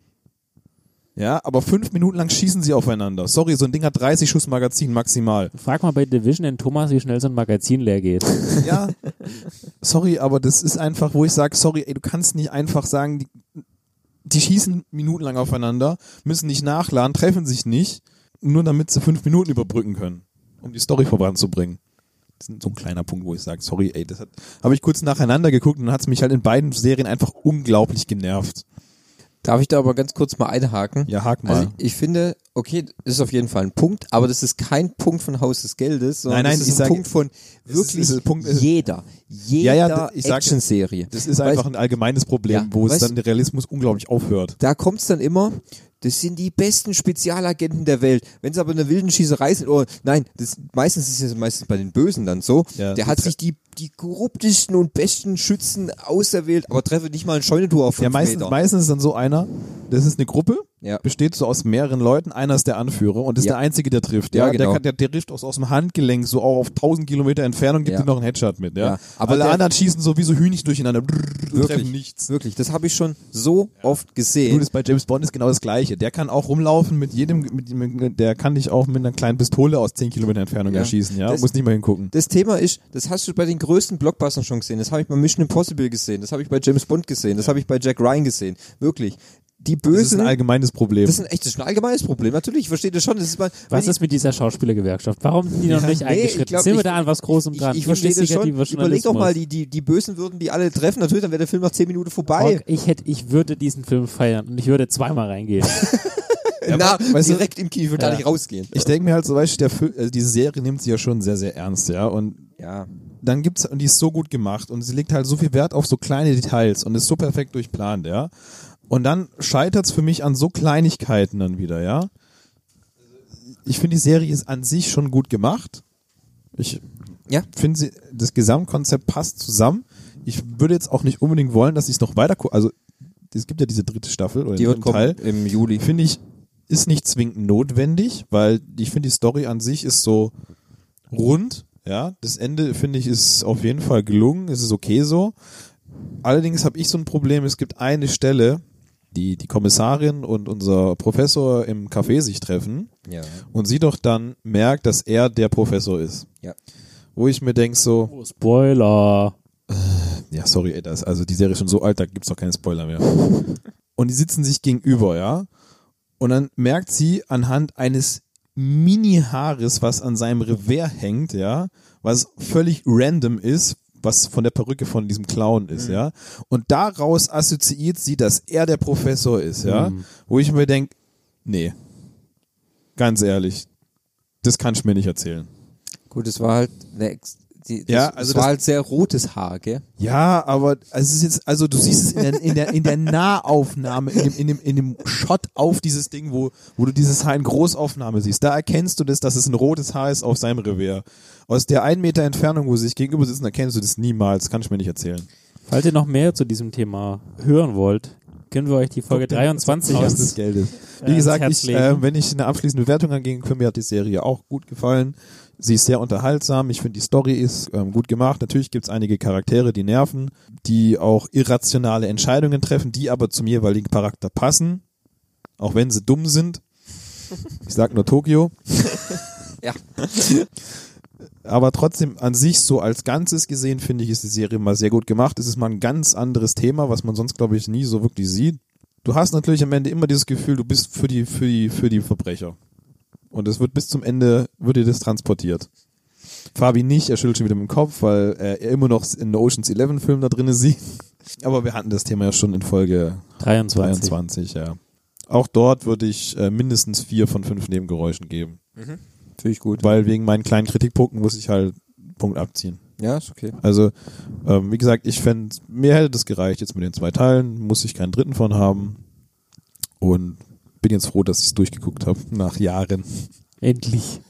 Ja, aber fünf Minuten lang schießen sie aufeinander. Sorry, so ein Ding hat 30 Schuss Magazin maximal. Frag mal bei Division in Thomas, wie schnell so ein Magazin leer geht. Ja, sorry, aber das ist einfach, wo ich sage, sorry, ey, du kannst nicht einfach sagen, die, die schießen minutenlang aufeinander, müssen nicht nachladen, treffen sich nicht, nur damit sie fünf Minuten überbrücken können. um die Story voranzubringen. Das ist so ein kleiner Punkt, wo ich sage, sorry, ey, das habe ich kurz nacheinander geguckt und hat es mich halt in beiden Serien einfach unglaublich genervt. Darf ich da aber ganz kurz mal einhaken? Ja, hak mal. Also ich finde, okay, das ist auf jeden Fall ein Punkt, aber das ist kein Punkt von Haus des Geldes, sondern Nein, nein, das ich ist ein sag- Punkt von es ist- wirklich es ist- Punkt- es ist- jeder, jeder Ja, ja, ich sag- Actionserie. das ist Weil- einfach ein allgemeines Problem, Ja, wo es weißt- dann der Realismus unglaublich aufhört. Da kommt's dann immer, das sind die besten Spezialagenten der Welt. Wenn es aber in der wilden Schießerei sind, oder nein, das, meistens ist es meistens bei den Bösen dann so, der Ja, die hat tre- sich die, die korruptesten und besten Schützen auserwählt, aber treffe nicht mal ein Scheunentor auf fünf Ja, meistens, Meter. meistens ist dann so einer, das ist eine Gruppe, Ja. besteht so aus mehreren Leuten, einer ist der Anführer und ist Ja. der Einzige, der trifft. Ja, Ja, genau. der, kann, der, der trifft aus, aus dem Handgelenk, so auch auf 1000 Kilometer Entfernung, gibt Ja. ihm noch einen Headshot mit. Ja. Ja, aber Alle der- anderen schießen sowieso Hühnchen durcheinander und wirklich, treffen nichts. wirklich, das habe ich schon so oft gesehen. Gut, ist bei James Bond ist genau das Gleiche. Der kann auch rumlaufen mit jedem, mit, mit, der kann dich auch mit einer kleinen Pistole aus 10 Kilometer Entfernung Ja. erschießen, ja. Das- Muss nicht mal hingucken. Das Thema ist, das hast du bei den größten Blockbustern schon gesehen. Das habe ich bei Mission Impossible gesehen. Das habe ich bei James Bond gesehen. Das habe ich bei Jack Ryan gesehen. Wirklich. Die Das ist Bösen. ein allgemeines Problem. Das ist ein echtes, ein allgemeines Problem. Natürlich, ich verstehe das schon. Das ist mal, Was ist mit dieser Schauspielergewerkschaft? Warum sind die noch Ja, nicht nee, eingeschritten? ich glaub, sind wir ich- da an was Großem ich, dran? ich verstehe das schon. Investigativer Überleg doch mal, Journalismus. die, die, die Bösen würden die alle treffen. Natürlich, dann wäre der Film nach 10 Minuten vorbei. Org, ich hätte, ich würde diesen Film feiern und ich würde zweimal reingehen. Na, weißt du- direkt im Kino, ich würde Ja. gar nicht rausgehen. Ich denke mir halt so, weißt du, der Fil also diese Serie nimmt sie ja schon sehr, sehr ernst, ja. Und ja. dann gibt's, und die ist so gut gemacht und sie legt halt so viel Wert auf so kleine Details und ist so perfekt durchplant, ja. Und dann scheitert's für mich an so Kleinigkeiten dann wieder, ja. Ich finde, die Serie ist an sich schon gut gemacht. Ich Ja. finde, sie- das Gesamtkonzept passt zusammen. Ich würde jetzt auch nicht unbedingt wollen, dass ich es noch weiter gu- Also, es gibt ja diese dritte Staffel oder Die den wird dritten kommen Teil im Juli. finde ich, ist nicht zwingend notwendig, weil ich finde, die Story an sich ist so rund. Ja, das Ende finde ich ist auf jeden Fall gelungen. Es ist okay so. Allerdings habe ich so ein Problem. Es gibt eine Stelle, die die Kommissarin und unser Professor im Café sich treffen Ja. und sie doch dann merkt, dass er der Professor ist. Ja. Wo ich mir denke so, Oh, Spoiler. ja, sorry, ey, das, also die Serie ist schon so alt, da gibt's doch keine Spoiler mehr. Und die sitzen sich gegenüber, ja. Und dann merkt sie anhand eines Mini-Haares, was an seinem Revers hängt, ja, was völlig random ist, was von der Perücke von diesem Clown ist, ja. Und daraus assoziiert sie, dass er der Professor ist, ja. Wo ich mir denk, nee, ganz ehrlich, das kannst du mir nicht erzählen. Gut, es war halt, eine Ex- die, das, Ja, also es war das- halt sehr rotes Haar, gell? Ja, aber es ist jetzt, also du siehst es in der, in der, in der Nahaufnahme, in dem, in, dem, in dem Shot auf dieses Ding, wo, wo du dieses Haar in Großaufnahme siehst. Da erkennst du das, dass es ein rotes Haar ist auf seinem Revier. Aus der einen Meter Entfernung, wo sie sich gegenüber sitzen, erkennst du das niemals. Kann ich mir nicht erzählen. Falls ihr noch mehr zu diesem Thema hören wollt, können wir euch die Folge 23 Aus ans- des Geldes. äh, Wie gesagt, ans Herz ich, legen. äh, wenn ich eine abschließende Bewertung angehe, für mich hat die Serie auch gut gefallen. Sie ist sehr unterhaltsam. Ich finde, die Story ist ähm, gut gemacht. Natürlich gibt es einige Charaktere, die nerven, die auch irrationale Entscheidungen treffen, die aber zum jeweiligen Charakter passen. Auch wenn sie dumm sind. Ich sag nur Tokio. Ja. Aber trotzdem an sich so als Ganzes gesehen, finde ich, ist die Serie mal sehr gut gemacht. Es ist mal ein ganz anderes Thema, was man sonst, glaube ich, nie so wirklich sieht. Du hast natürlich am Ende immer dieses Gefühl, du bist für die, für die, für die Verbrecher. Und es wird bis zum Ende, wird dir das transportiert. Fabi nicht, er schüttelt schon wieder mit dem Kopf, weil äh, er immer noch in Oceans 11 Film da drinne sieht. Aber wir hatten das Thema ja schon in Folge 23. 23, ja. Auch dort würde ich äh, mindestens vier von fünf Nebengeräuschen geben. Mhm. Finde ich gut. Weil wegen meinen kleinen Kritikpunkten muss ich halt einen Punkt abziehen. Ja, ist okay. Also, ähm, wie gesagt, ich fände, mir hätte das gereicht jetzt mit den zwei Teilen, muss ich keinen dritten von haben. Und bin jetzt froh, dass ich es durchgeguckt habe, nach Jahren. Endlich.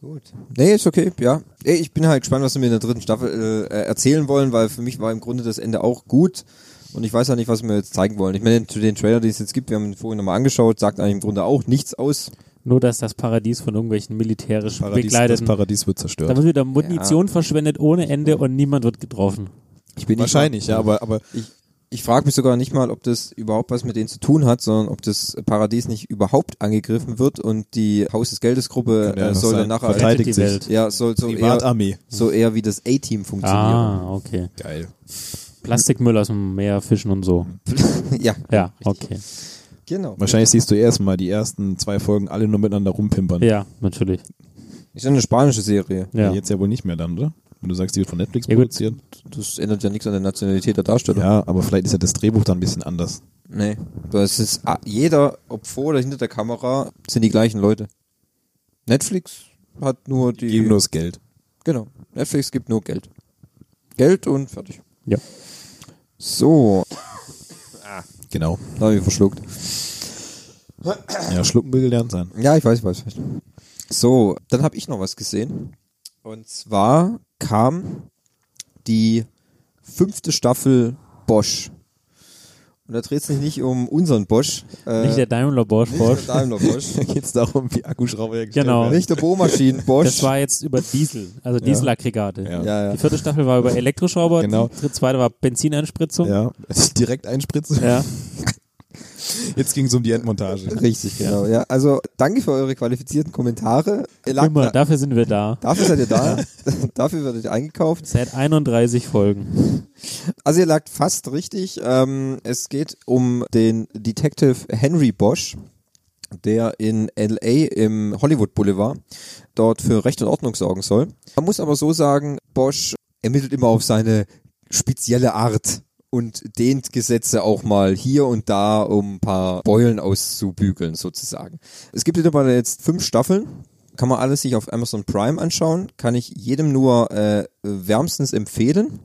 Gut. Nee, ist okay, ja. Ey, Ich bin halt gespannt, was sie mir in der dritten Staffel äh, erzählen wollen, weil für mich war im Grunde das Ende auch gut. Und ich weiß ja nicht, was sie mir jetzt zeigen wollen. Ich meine, zu den Trailer, die es jetzt gibt, wir haben ihn vorhin nochmal angeschaut, sagt eigentlich im Grunde auch nichts aus. Nur, dass das Paradies von irgendwelchen militärisch Paradies, das begleiteten. Paradies wird Da zerstört. wird wieder Munition verschwendet ohne Ende und niemand wird getroffen. Ich bin nicht- Wahrscheinlich, ja, aber, aber Ich, ich frage mich sogar nicht mal, ob das überhaupt was mit denen zu tun hat, sondern ob das Paradies nicht überhaupt angegriffen wird und die Haus des Geldes Gruppe Kann ja äh, noch soll sein. dann nachher Verteidigt die sich. Welt. ja, soll so eher, Privatarmee. so eher wie das A-Team funktionieren. Ah, okay. Geil. Plastikmüll aus dem Meer fischen und so. ja, Ja, okay. Genau. Wahrscheinlich siehst du erstmal die ersten zwei Folgen alle nur miteinander rumpimpern. Ja, natürlich. Ist ja eine spanische Serie. Ja. Jetzt ja wohl nicht mehr dann, oder? Wenn du sagst, die wird von Netflix Ja, gut. produziert. Das ändert ja nichts an der Nationalität der Darsteller. Ja, aber vielleicht ist ja das Drehbuch dann ein bisschen anders. Nee. Aber es ist ah, jeder, ob vor oder hinter der Kamera, sind die gleichen Leute. Netflix hat nur die. Geben nur das Geld. Genau. Netflix gibt nur Geld. Geld und fertig. Ja. So. Genau. Da habe ich verschluckt. Ja, schlucken will gelernt sein. Ja, ich weiß, ich weiß. ich weiß. So, dann habe ich noch was gesehen. Und zwar kam die fünfte Staffel Bosch. Und da dreht es sich nicht um unseren Bosch. Äh, Nicht der Daimler Bosch, Nicht Bosch. der Daimler Bosch. Da geht es darum, wie Akkuschrauber hergestellt Genau. werden. Nicht der Bohrmaschinen Bosch. Das war jetzt über Diesel, also Ja. Dieselaggregate. Ja, ja. Die vierte Staffel war über Elektroschrauber, Genau. die zweite war Benzineinspritzung. Ja, direkt einspritzen. Ja. Jetzt ging es um die Endmontage. Richtig, genau. Ja. Also danke für eure qualifizierten Kommentare. Ihr lagt Immer, da- dafür sind wir da. dafür seid ihr da. dafür werdet ihr eingekauft. Seit 31 Folgen. Also ihr lagt fast richtig. Ähm, es geht um den Detective Henry Bosch, der in LA im Hollywood Boulevard dort für Recht und Ordnung sorgen soll. Man muss aber so sagen, Bosch ermittelt immer auf seine spezielle Art und dehnt Gesetze auch mal hier und da, um ein paar Beulen auszubügeln sozusagen. Es gibt mittlerweile jetzt fünf Staffeln. Kann man alles sich auf Amazon Prime anschauen. Kann ich jedem nur äh, wärmstens empfehlen.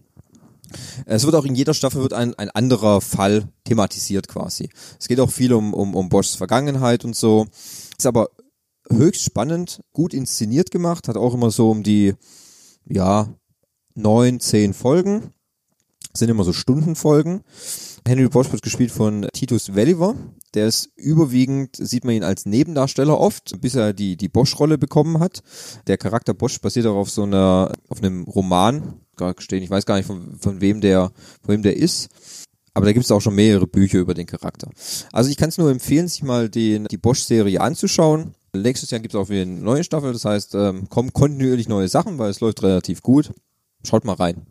Es wird auch in jeder Staffel wird ein, ein anderer Fall thematisiert quasi. Es geht auch viel um, um, um Boschs Vergangenheit und so. Ist aber höchst spannend, gut inszeniert gemacht, hat auch immer so um die, ja, neun, zehn Folgen. Sind immer so Stundenfolgen. Henry Bosch wird gespielt von Titus Welliver. Der ist überwiegend, sieht man ihn als Nebendarsteller oft, bis er die, die Bosch-Rolle bekommen hat. Der Charakter Bosch basiert auch auf so einer, auf einem Roman. Gar gestehen, ich weiß gar nicht, von, von wem der, von wem der ist. Aber da gibt es auch schon mehrere Bücher über den Charakter. Also ich kann es nur empfehlen, sich mal den, die Bosch-Serie anzuschauen. Nächstes Jahr gibt es auch wieder eine neue Staffel. Das heißt, ähm, kommen kontinuierlich neue Sachen, weil es läuft relativ gut. Schaut mal rein.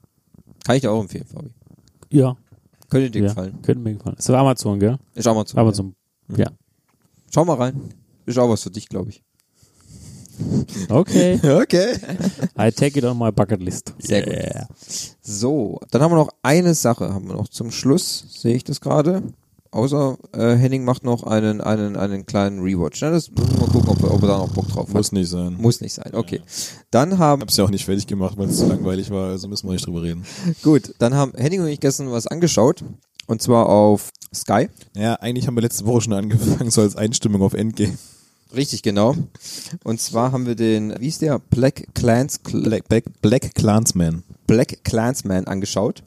Kann ich dir auch empfehlen, Fabi. Ja, Könnte dir ja. gefallen. könnte mir gefallen. Das war Amazon, gell? Ist Amazon. Amazon, ja. Mhm. Schau mal rein. Ist auch was für dich, glaube ich. Okay, Okay. I take it on my bucket list. Sehr gut. So, dann haben wir noch eine Sache, haben wir noch zum Schluss, sehe ich das gerade. Außer äh, Henning macht noch einen, einen, einen kleinen Rewatch. Na, das müssen wir mal gucken, ob, er- ob er da noch Bock drauf hat. Muss nicht sein. Muss nicht sein, okay. Dann haben, Hab's ja auch nicht fertig gemacht, weil es zu langweilig war, also müssen wir nicht drüber reden. gut, dann haben Henning und ich gestern was angeschaut. Und zwar auf Sky. Ja, eigentlich haben wir letzte Woche schon angefangen, so als Einstimmung auf Endgame. Richtig, genau. Und zwar haben wir den, wie ist der? Black Clans, Black, Black, Black Clansman. Black Clansman angeschaut.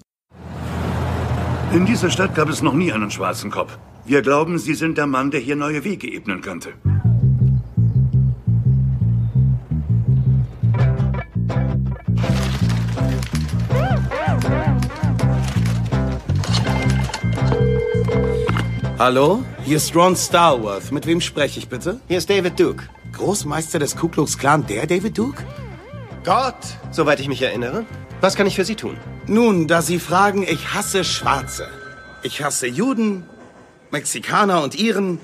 In dieser Stadt gab es noch nie einen schwarzen Kopf. Wir glauben, Sie sind der Mann, der hier neue Wege ebnen könnte. Hallo, hier ist Ron Starworth. Mit wem spreche ich bitte? Hier ist David Duke. Großmeister des Ku Klux Klan, der David Duke? Gott! Soweit ich mich erinnere. Was kann ich für Sie tun? Nun, da Sie fragen, ich hasse Schwarze. Ich hasse Juden, Mexikaner und Iren,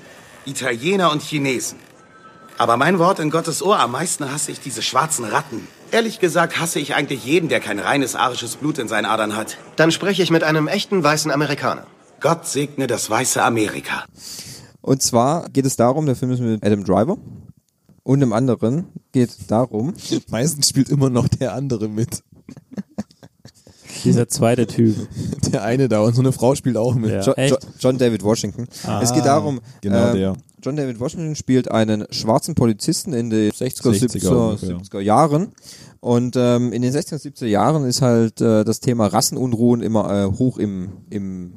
Italiener und Chinesen. Aber mein Wort in Gottes Ohr, am meisten hasse ich diese schwarzen Ratten. Ehrlich gesagt hasse ich eigentlich jeden, der kein reines arisches Blut in seinen Adern hat. Dann spreche ich mit einem echten weißen Amerikaner. Gott segne das weiße Amerika. Und zwar geht es darum, der Film ist mit Adam Driver. Und im anderen geht darum, Meistens spielt immer noch der andere mit. Dieser zweite Typ. Der eine da und so eine Frau spielt auch mit. Ja. Jo echt? jo John David Washington. Ah, es geht darum, genau ähm, der. John David Washington spielt einen schwarzen Polizisten in den 60er, 60er 70er, ungefähr. 70er Jahren. Und ähm, in den 60er, 70er Jahren ist halt äh, das Thema Rassenunruhen immer äh, hoch im, im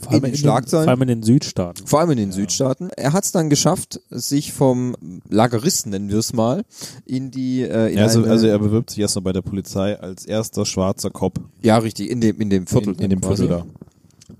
Vor allem den in den- Schlagzeilen. Vor allem in den Südstaaten. Vor allem in den Südstaaten. Er hat es dann geschafft, sich vom Lageristen, nennen wir es mal, in die äh, in Ja, also, eine- also er bewirbt sich erstmal bei der Polizei als erster schwarzer Cop ja richtig in dem in dem Viertel in, in dem quasi. Viertel da.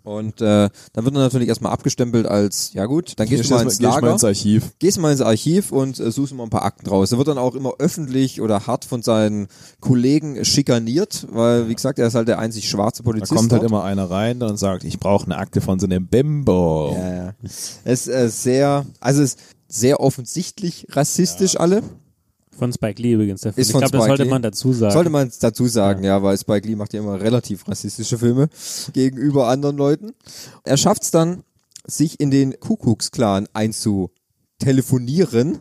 Und äh, dann wird er natürlich erstmal abgestempelt als, ja gut, dann gehst Gehst du mal erst ins mal- gehst Lager. mal ins Archiv. Gehst mal ins Archiv und äh, suchst mal ein paar Akten raus. Er wird dann auch immer öffentlich oder hart von seinen Kollegen schikaniert, weil, wie gesagt, er ist halt der einzig schwarze Da Polizist. kommt halt dort. immer einer rein und sagt, ich brauche eine Akte von so einem Bembo. Ja, ja. Es ist äh, sehr, also es ist sehr offensichtlich rassistisch alle. Von Spike Lee übrigens der Film. Ist Ich von glaube, das Spike sollte Lee. man dazu sagen. Sollte man dazu sagen, ja. weil Spike Lee macht ja immer relativ rassistische Filme gegenüber anderen Leuten. Er schafft es dann, sich in den Kuckucksklan einzutelefonieren.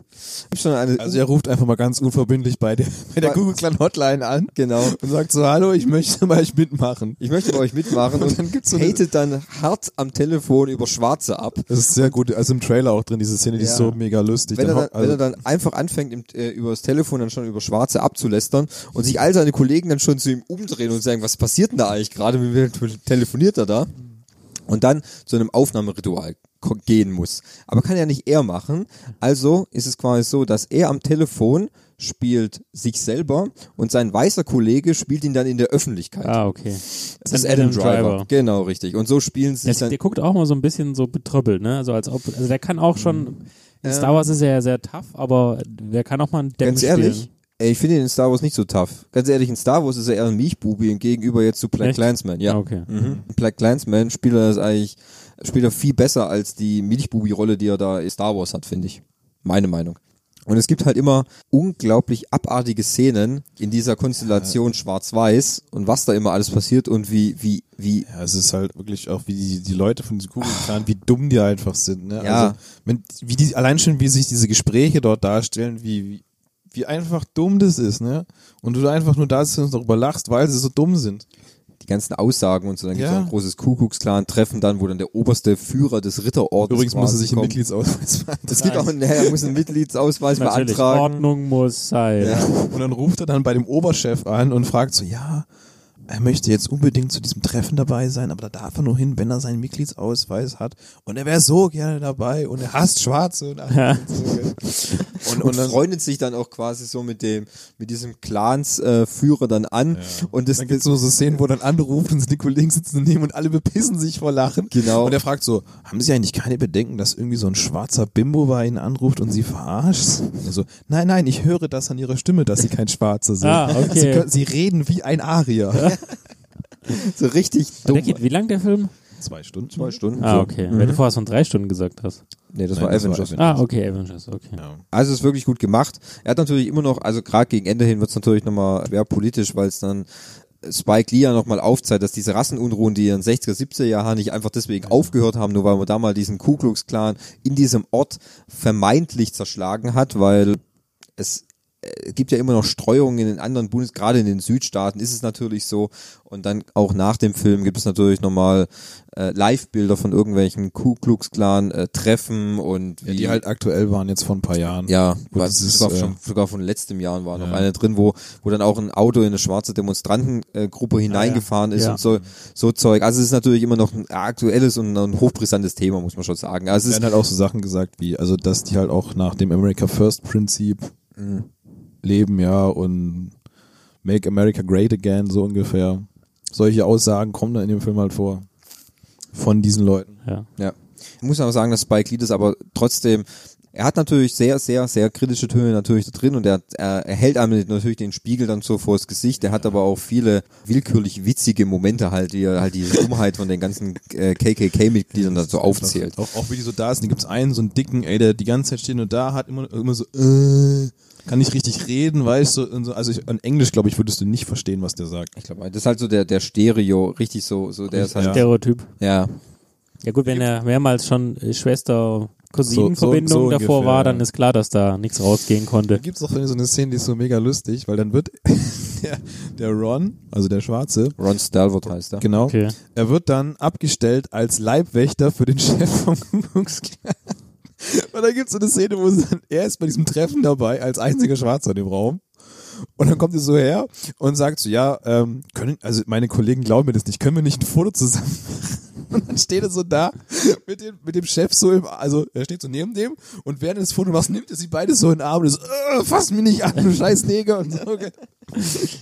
Also er ruft einfach mal ganz unverbindlich bei der, bei der Kugelklan Hotline an. Genau. Und sagt so, hallo, ich möchte bei euch mitmachen. Ich möchte bei euch mitmachen und, dann gibt's so eine- hatet dann hart am Telefon über Schwarze ab. Das ist sehr gut, also im Trailer auch drin, diese Szene, die ist Ja. so mega lustig. Wenn er, dann, ho- also, wenn er dann einfach anfängt, im, äh, über das Telefon dann schon über Schwarze abzulästern und sich all seine Kollegen dann schon zu ihm umdrehen und sagen, was passiert denn da eigentlich gerade, wie wie telefoniert er da? Und dann zu einem Aufnahmeritual ko- gehen muss. Aber kann ja nicht er machen. Also ist es quasi so, dass er am Telefon spielt sich selber und sein weißer Kollege spielt ihn dann in der Öffentlichkeit. Ah, okay. Das ist Adam Driver. Genau, richtig. Und so spielen sie Der, sich dann. der guckt auch mal so ein bisschen so betröppelt, ne? Also als ob, also der kann auch schon. in Mhm. Ja. Star Wars ist er ja sehr tough, aber der kann auch mal einen Depp Ganz spielen. ehrlich, ey, ich finde ihn in Star Wars nicht so tough. Ganz ehrlich, in Star Wars ist er eher ein Milchbubi gegenüber jetzt zu Black Echt? Clansman. Ja. Ah, okay. Mhm. Black Clansman spielt er das eigentlich, spielt er viel besser als die Milchbubi-Rolle, die er da in Star Wars hat, finde ich. Meine Meinung. Und es gibt halt immer unglaublich abartige Szenen in dieser Konstellation Schwarz-Weiß und was da immer alles passiert und wie, wie, wie ja, es ist halt wirklich auch, wie die, die Leute von diesem Kugelklan, wie dumm die einfach sind. Ne? Ja. Also, wenn, wie die, allein schon, wie sich diese Gespräche dort darstellen, wie, wie, wie einfach dumm das ist. ne? Und du da einfach nur da sitzt und darüber lachst, weil sie so dumm sind. die ganzen Aussagen und so. Dann gibt es Ja. ein großes Kuckucksklan-Treffen dann, wo dann der oberste Führer des Ritterordens Übrigens muss er quasi sich einen kommt. Mitgliedsausweis beantragen. Es gibt auch einen, er muss einen Mitgliedsausweis Natürlich, beantragen. Ordnung muss sein. Ja. Und dann ruft er dann bei dem Oberchef an und fragt so, ja, er möchte jetzt unbedingt zu diesem Treffen dabei sein, aber da darf er nur hin, wenn er seinen Mitgliedsausweis hat. Und er wäre so gerne dabei und er hasst Schwarze und alles. Und, so, gell. und, und freundet sich dann auch quasi so mit dem, mit diesem Clansführer äh, Führer dann an. Und das Dann gibt es so, so Szenen, wo dann anruft und die Kollegen sitzen daneben und alle bepissen sich vor Lachen. Genau. Und er fragt so, haben Sie eigentlich keine Bedenken, dass irgendwie so ein schwarzer Bimbo bei Ihnen anruft und Sie verarscht? Also, nein, nein, ich höre das an Ihrer Stimme, dass Sie kein Schwarzer sind. Ah, okay. Sie, können, Sie reden wie ein Arier. so richtig Der dumm. geht wie lang der Film? Zwei Stunden. Zwei Stunden. Ah, so. okay. Mhm. Weil du vorher von drei Stunden gesagt hast. Nee, das Nein, war das war Avengers. Avengers. Ah, okay, Avengers, okay. Also ist wirklich gut gemacht. Er hat natürlich immer noch, also gerade gegen Ende hin wird es natürlich nochmal schwer politisch, weil es dann Spike Lee ja nochmal aufzeigt, dass diese Rassenunruhen, die in den 60er, 70er Jahren nicht einfach deswegen aufgehört haben, nur weil man da mal diesen Ku Klux Klan in diesem Ort vermeintlich zerschlagen hat, weil es äh, gibt ja immer noch Streuungen in den anderen Bundes, gerade in den Südstaaten ist es natürlich so. Und dann auch nach dem Film gibt es natürlich nochmal äh, Live-Bilder von irgendwelchen Ku Klux Klan äh, Treffen und Ja, die halt aktuell waren jetzt vor ein paar Jahren. ja, Wo war, das ist, sogar, äh, schon, sogar von letztem Jahr war noch Ja. eine drin, wo, wo dann auch ein Auto in eine schwarze Demonstrantengruppe äh, Gruppe hineingefahren ist Ja. und so, so Zeug. Also es ist natürlich immer noch ein aktuelles und ein hochbrisantes Thema, muss man schon sagen. Also es ist, werden halt auch so Sachen gesagt wie, also dass die halt auch nach dem America First Prinzip Mhm. leben, ja, und Make America Great Again, so ungefähr. Solche Aussagen kommen dann in dem Film halt vor. Von diesen Leuten. Ja. ja. Ich muss aber sagen, dass Spike Lee das aber trotzdem, er hat natürlich sehr, sehr, sehr kritische Töne natürlich da drin und er, er, er hält einem natürlich den Spiegel dann so vors Gesicht. Er hat aber auch viele willkürlich witzige Momente halt, die er halt diese Dummheit von den ganzen äh, KKK-Mitgliedern dann so aufzählt. Auch, auch wie die so da sind, da gibt's einen, so einen dicken, ey, der die ganze Zeit steht nur da, hat immer, immer so, äh, kann nicht richtig reden, weißt du, und so, also ich, in Englisch, glaube ich, würdest du nicht verstehen, was der sagt. Ich glaube, das ist halt so der, der Stereo, richtig so, so der ist halt, Stereotyp. ja. Ja gut, wenn er mehrmals schon äh, Schwester-Cousinen-Verbindung So- so- so davor ungefähr, war, ja. dann ist klar, dass da nichts rausgehen konnte. Gibt's auch so eine Szene, die ist so mega lustig, weil dann wird der, der Ron, also der Schwarze, Ron Stalwart heißt er. Genau. Okay. Er wird dann abgestellt als Leibwächter für den Chef vom Kuckucksklan. Und da gibt's so eine Szene, wo sie dann, er ist bei diesem Treffen dabei, als einziger Schwarzer in dem Raum. Und dann kommt er so her und sagt so, ja, ähm, können, also meine Kollegen glauben mir das nicht, können wir nicht ein Foto zusammen machen? Und dann steht er so da mit dem, mit dem Chef so im, also er steht so neben dem und während er das Foto macht, nimmt er sie beide so in den Arm und ist, äh, fass mich nicht an, du scheiß Neger und so. Okay.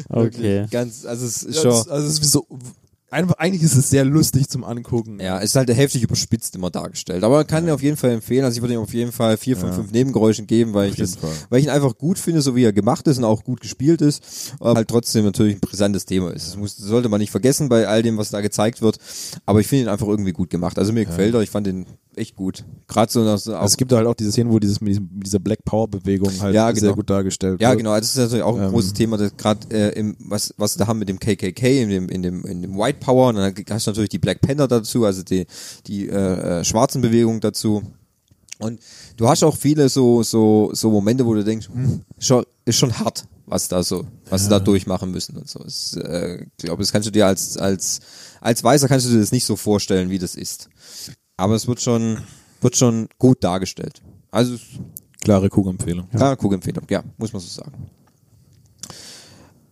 Okay. Ganz, also es ist Ja, schon, das- Also es ist wie so einfach, eigentlich ist es sehr lustig zum Angucken. Ja, ist halt heftig überspitzt immer dargestellt. Aber kann ja. ihn auf jeden Fall empfehlen. Also ich würde ihm auf jeden Fall vier von Ja. fünf Nebengeräuschen geben, weil ich, jeden das, Fall. weil ich ihn einfach gut finde, so wie er gemacht ist und auch gut gespielt ist. Aber halt trotzdem natürlich ein brisantes Thema ist. Das muss, das sollte man nicht vergessen bei all dem, was da gezeigt wird. Aber ich finde ihn einfach irgendwie gut gemacht. Also mir gefällt er. Ich fand ihn echt gut. Gerade so nach, Also es gibt halt auch diese Szenen, wo dieses mit, diesem, mit dieser Black Power Bewegung halt Ja, sehr genau. gut dargestellt Ja, wird. genau. Das ist natürlich auch ein Ähm, großes Thema, das gerade äh, im was was sie da haben mit dem KKK, in dem in dem in dem White Power und dann hast du natürlich die Black Panther dazu, also die die äh, äh, schwarzen Bewegungen dazu. Und du hast auch viele so so so Momente, wo du denkst, hm, ist schon, ist schon hart, was da so was sie da durchmachen müssen und so. Ich äh, glaube, das kannst du dir als als als Weißer kannst du dir das nicht so vorstellen, wie das ist. Aber es wird schon wird schon gut dargestellt. Also es- Klare Kugempfehlung. ja. Klare Kugempfehlung, ja, muss man so sagen.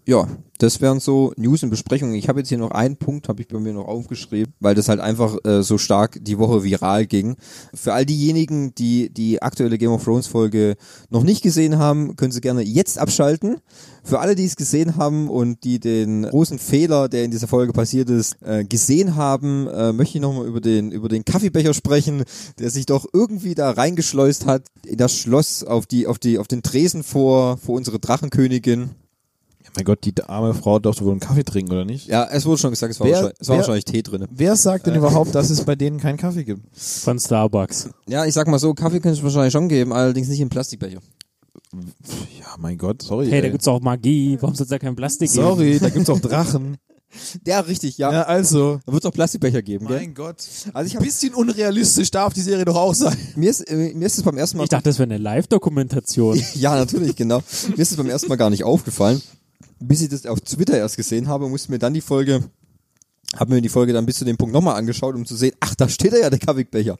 Ja, das wären so News und Besprechungen. Ich habe jetzt hier noch einen Punkt, habe ich bei mir noch aufgeschrieben, weil das halt einfach äh, so stark die Woche viral ging. Für all diejenigen, die die aktuelle Game of Thrones Folge noch nicht gesehen haben, können sie gerne jetzt abschalten. Für alle, die es gesehen haben und die den großen Fehler, der in dieser Folge passiert ist, äh, gesehen haben, äh, möchte ich nochmal über den, über den Kaffeebecher sprechen, der sich doch irgendwie da reingeschleust hat in das Schloss auf die, auf die, auf den Tresen vor, vor unsere Drachenkönigin. Ja, mein Gott, die arme Frau durfte wohl einen Kaffee trinken, oder nicht? Ja, es wurde schon gesagt, es war, Wer- wahrscheinlich, es war wer- wahrscheinlich Tee drin. Wer sagt denn Äh. überhaupt, dass es bei denen keinen Kaffee gibt? Von Starbucks. Ja, ich sag mal so, Kaffee könnte es wahrscheinlich schon geben, allerdings nicht im Plastikbecher. Ja, mein Gott, sorry. Hey, da Äh. ey. gibt's auch Magie. Warum soll's da kein Plastik geben? sorry, da gibt's auch Drachen. Ja, richtig, ja. Ja, also. Da wird es auch Plastikbecher geben, gell? Mein Gott. Also ich Ein hab, bisschen unrealistisch darf die Serie doch auch sein. mir ist, äh, mir ist es beim ersten Mal Ich dachte, das wäre eine Live-Dokumentation. Ja, natürlich, genau. Mir ist es beim ersten Mal gar nicht aufgefallen. Bis ich das auf Twitter erst gesehen habe, musste mir dann die Folge, habe mir die Folge dann bis zu dem Punkt nochmal angeschaut, um zu sehen, ach, da steht er ja, der Kaffeebecher.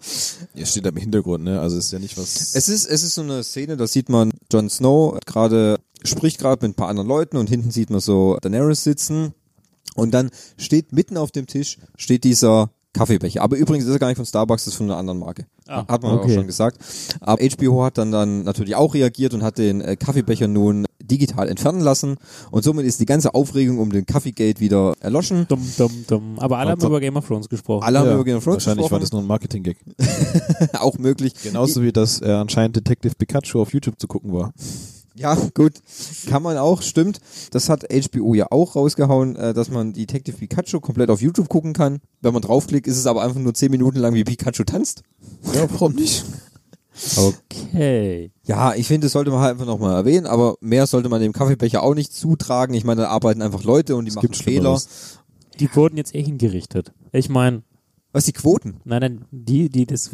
Ja, steht da im Hintergrund, ne? Also ist ja nicht was. Es ist, es ist so eine Szene, da sieht man Jon Snow hat gerade, spricht gerade mit ein paar anderen Leuten und hinten sieht man so Daenerys sitzen und dann steht mitten auf dem Tisch, steht dieser Kaffeebecher. Aber übrigens ist er gar nicht von Starbucks, das ist von einer anderen Marke. Ah, hat man auch okay. schon gesagt. Aber HBO hat dann, dann natürlich auch reagiert und hat den äh, Kaffeebecher nun digital entfernen lassen und somit ist die ganze Aufregung um den Kaffeegate wieder erloschen. Dumm, dumm, dumm. Aber alle haben Hauptsache- über Game of Thrones gesprochen. Alle haben über Game of Thrones Wahrscheinlich war das gesprochen, nur ein Marketing-Gag. auch möglich. Genauso wie das äh, anscheinend Detective Pikachu auf YouTube zu gucken war. Ja, gut. Kann man auch, stimmt. Das hat HBO ja auch rausgehauen, äh, dass man Detective Pikachu komplett auf YouTube gucken kann. Wenn man draufklickt, ist es aber einfach nur 10 Minuten lang, wie Pikachu tanzt. Ja, warum nicht? Okay. Ja, ich finde, das sollte man halt einfach nochmal erwähnen, aber mehr sollte man dem Kaffeebecher auch nicht zutragen. Ich meine, da arbeiten einfach Leute und die machen gibt Fehler. Die wurden jetzt eh hingerichtet. Ich meine, Was, die Quoten? nein, nein, die, die, das,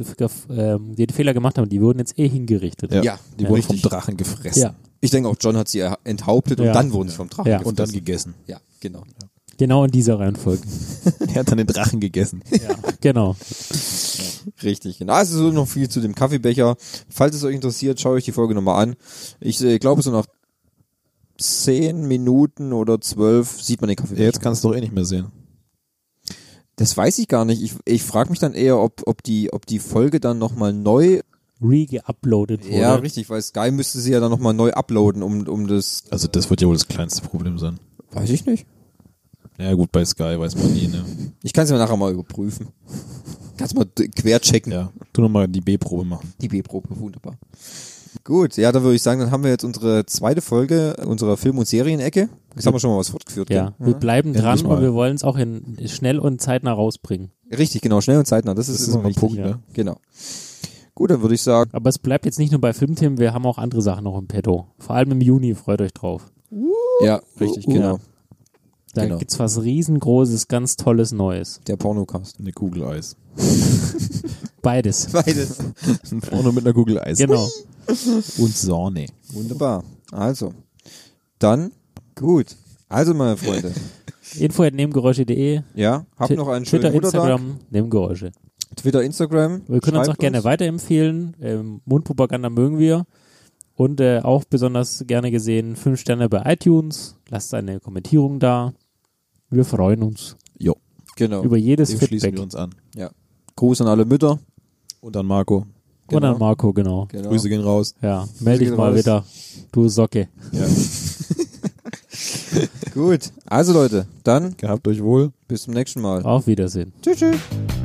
ähm, die den Fehler gemacht haben, die wurden jetzt eh hingerichtet. Ja, die ja, wurden richtig. vom Drachen gefressen. Ja, Ich denke auch, John hat sie er- enthauptet und Ja. dann wurden sie vom Drachen Ja. gefressen. Und dann gegessen. Ja, genau. genau in dieser Reihenfolge. Er hat dann den Drachen gegessen. genau. Richtig, genau. Also so noch viel zu dem Kaffeebecher. Falls es euch interessiert, schaut euch die Folge nochmal an. Ich äh, glaube, so nach zehn Minuten oder zwölf sieht man den Ja, Kaffeebecher. jetzt kannst du doch eh nicht mehr sehen. Das weiß ich gar nicht. Ich, ich frage mich dann eher, ob, ob, die, ob die Folge dann nochmal neu. Re-geuploadet wurde. Ja, richtig, weil Sky müsste sie ja dann nochmal neu uploaden, um, um das. Also das wird ja wohl das kleinste Problem sein. Weiß ich nicht. Ja gut, bei Sky weiß man nie, ne? Ich kann es ja nachher mal überprüfen. Kannst mal d- querchecken. Ja, tu nochmal die B-Probe machen. Die B-Probe, wunderbar. Gut, ja, dann würde ich sagen, dann haben wir jetzt unsere zweite Folge unserer Film- und Serienecke. Jetzt haben wir schon mal was fortgeführt. gell? Ja, wir bleiben dran Endlich mal. und wir wollen es auch in, schnell und zeitnah rausbringen. Richtig, genau, schnell und zeitnah. Das ist, Das ist immer immer ein wichtig. Punkt, ja. ne? Genau. Gut, dann würde ich sagen, Aber es bleibt jetzt nicht nur bei Filmthemen, wir haben auch andere Sachen noch im Petto. Vor allem im Juni, freut euch drauf. ja, richtig, genau. Da Genau. gibt's was riesengroßes, ganz tolles Neues. Der Pornocast. Eine Kugel Eis. Beides. Beides. Ein Porno mit einer Kugel Eis. Genau. Und Sahne. Wunderbar. Also, dann, gut. Also, meine Freunde, Info at nebengeräusche.de. ja, habt Ti- noch einen schönen Twitter, Muttertag. Instagram, Nebengeräusche. Twitter, Instagram. Wir können uns auch Schreibt gerne weiterempfehlen. Ähm, Mundpropaganda mögen wir. Und äh, auch besonders gerne gesehen, 5 Sterne bei iTunes. Lasst eine Kommentierung da. Wir freuen uns Jo, Genau. über jedes dem schließen Feedback. wir uns an. ja. Gruß an alle Mütter. Und an Marco. Und an Marco, genau. Genau. Grüße gehen raus. Ja, melde dich gehen mal raus. wieder. Du Socke. Ja. Gut. Also Leute, dann gehabt euch wohl. Bis zum nächsten Mal. Auf Wiedersehen. Tschüss, tschüss.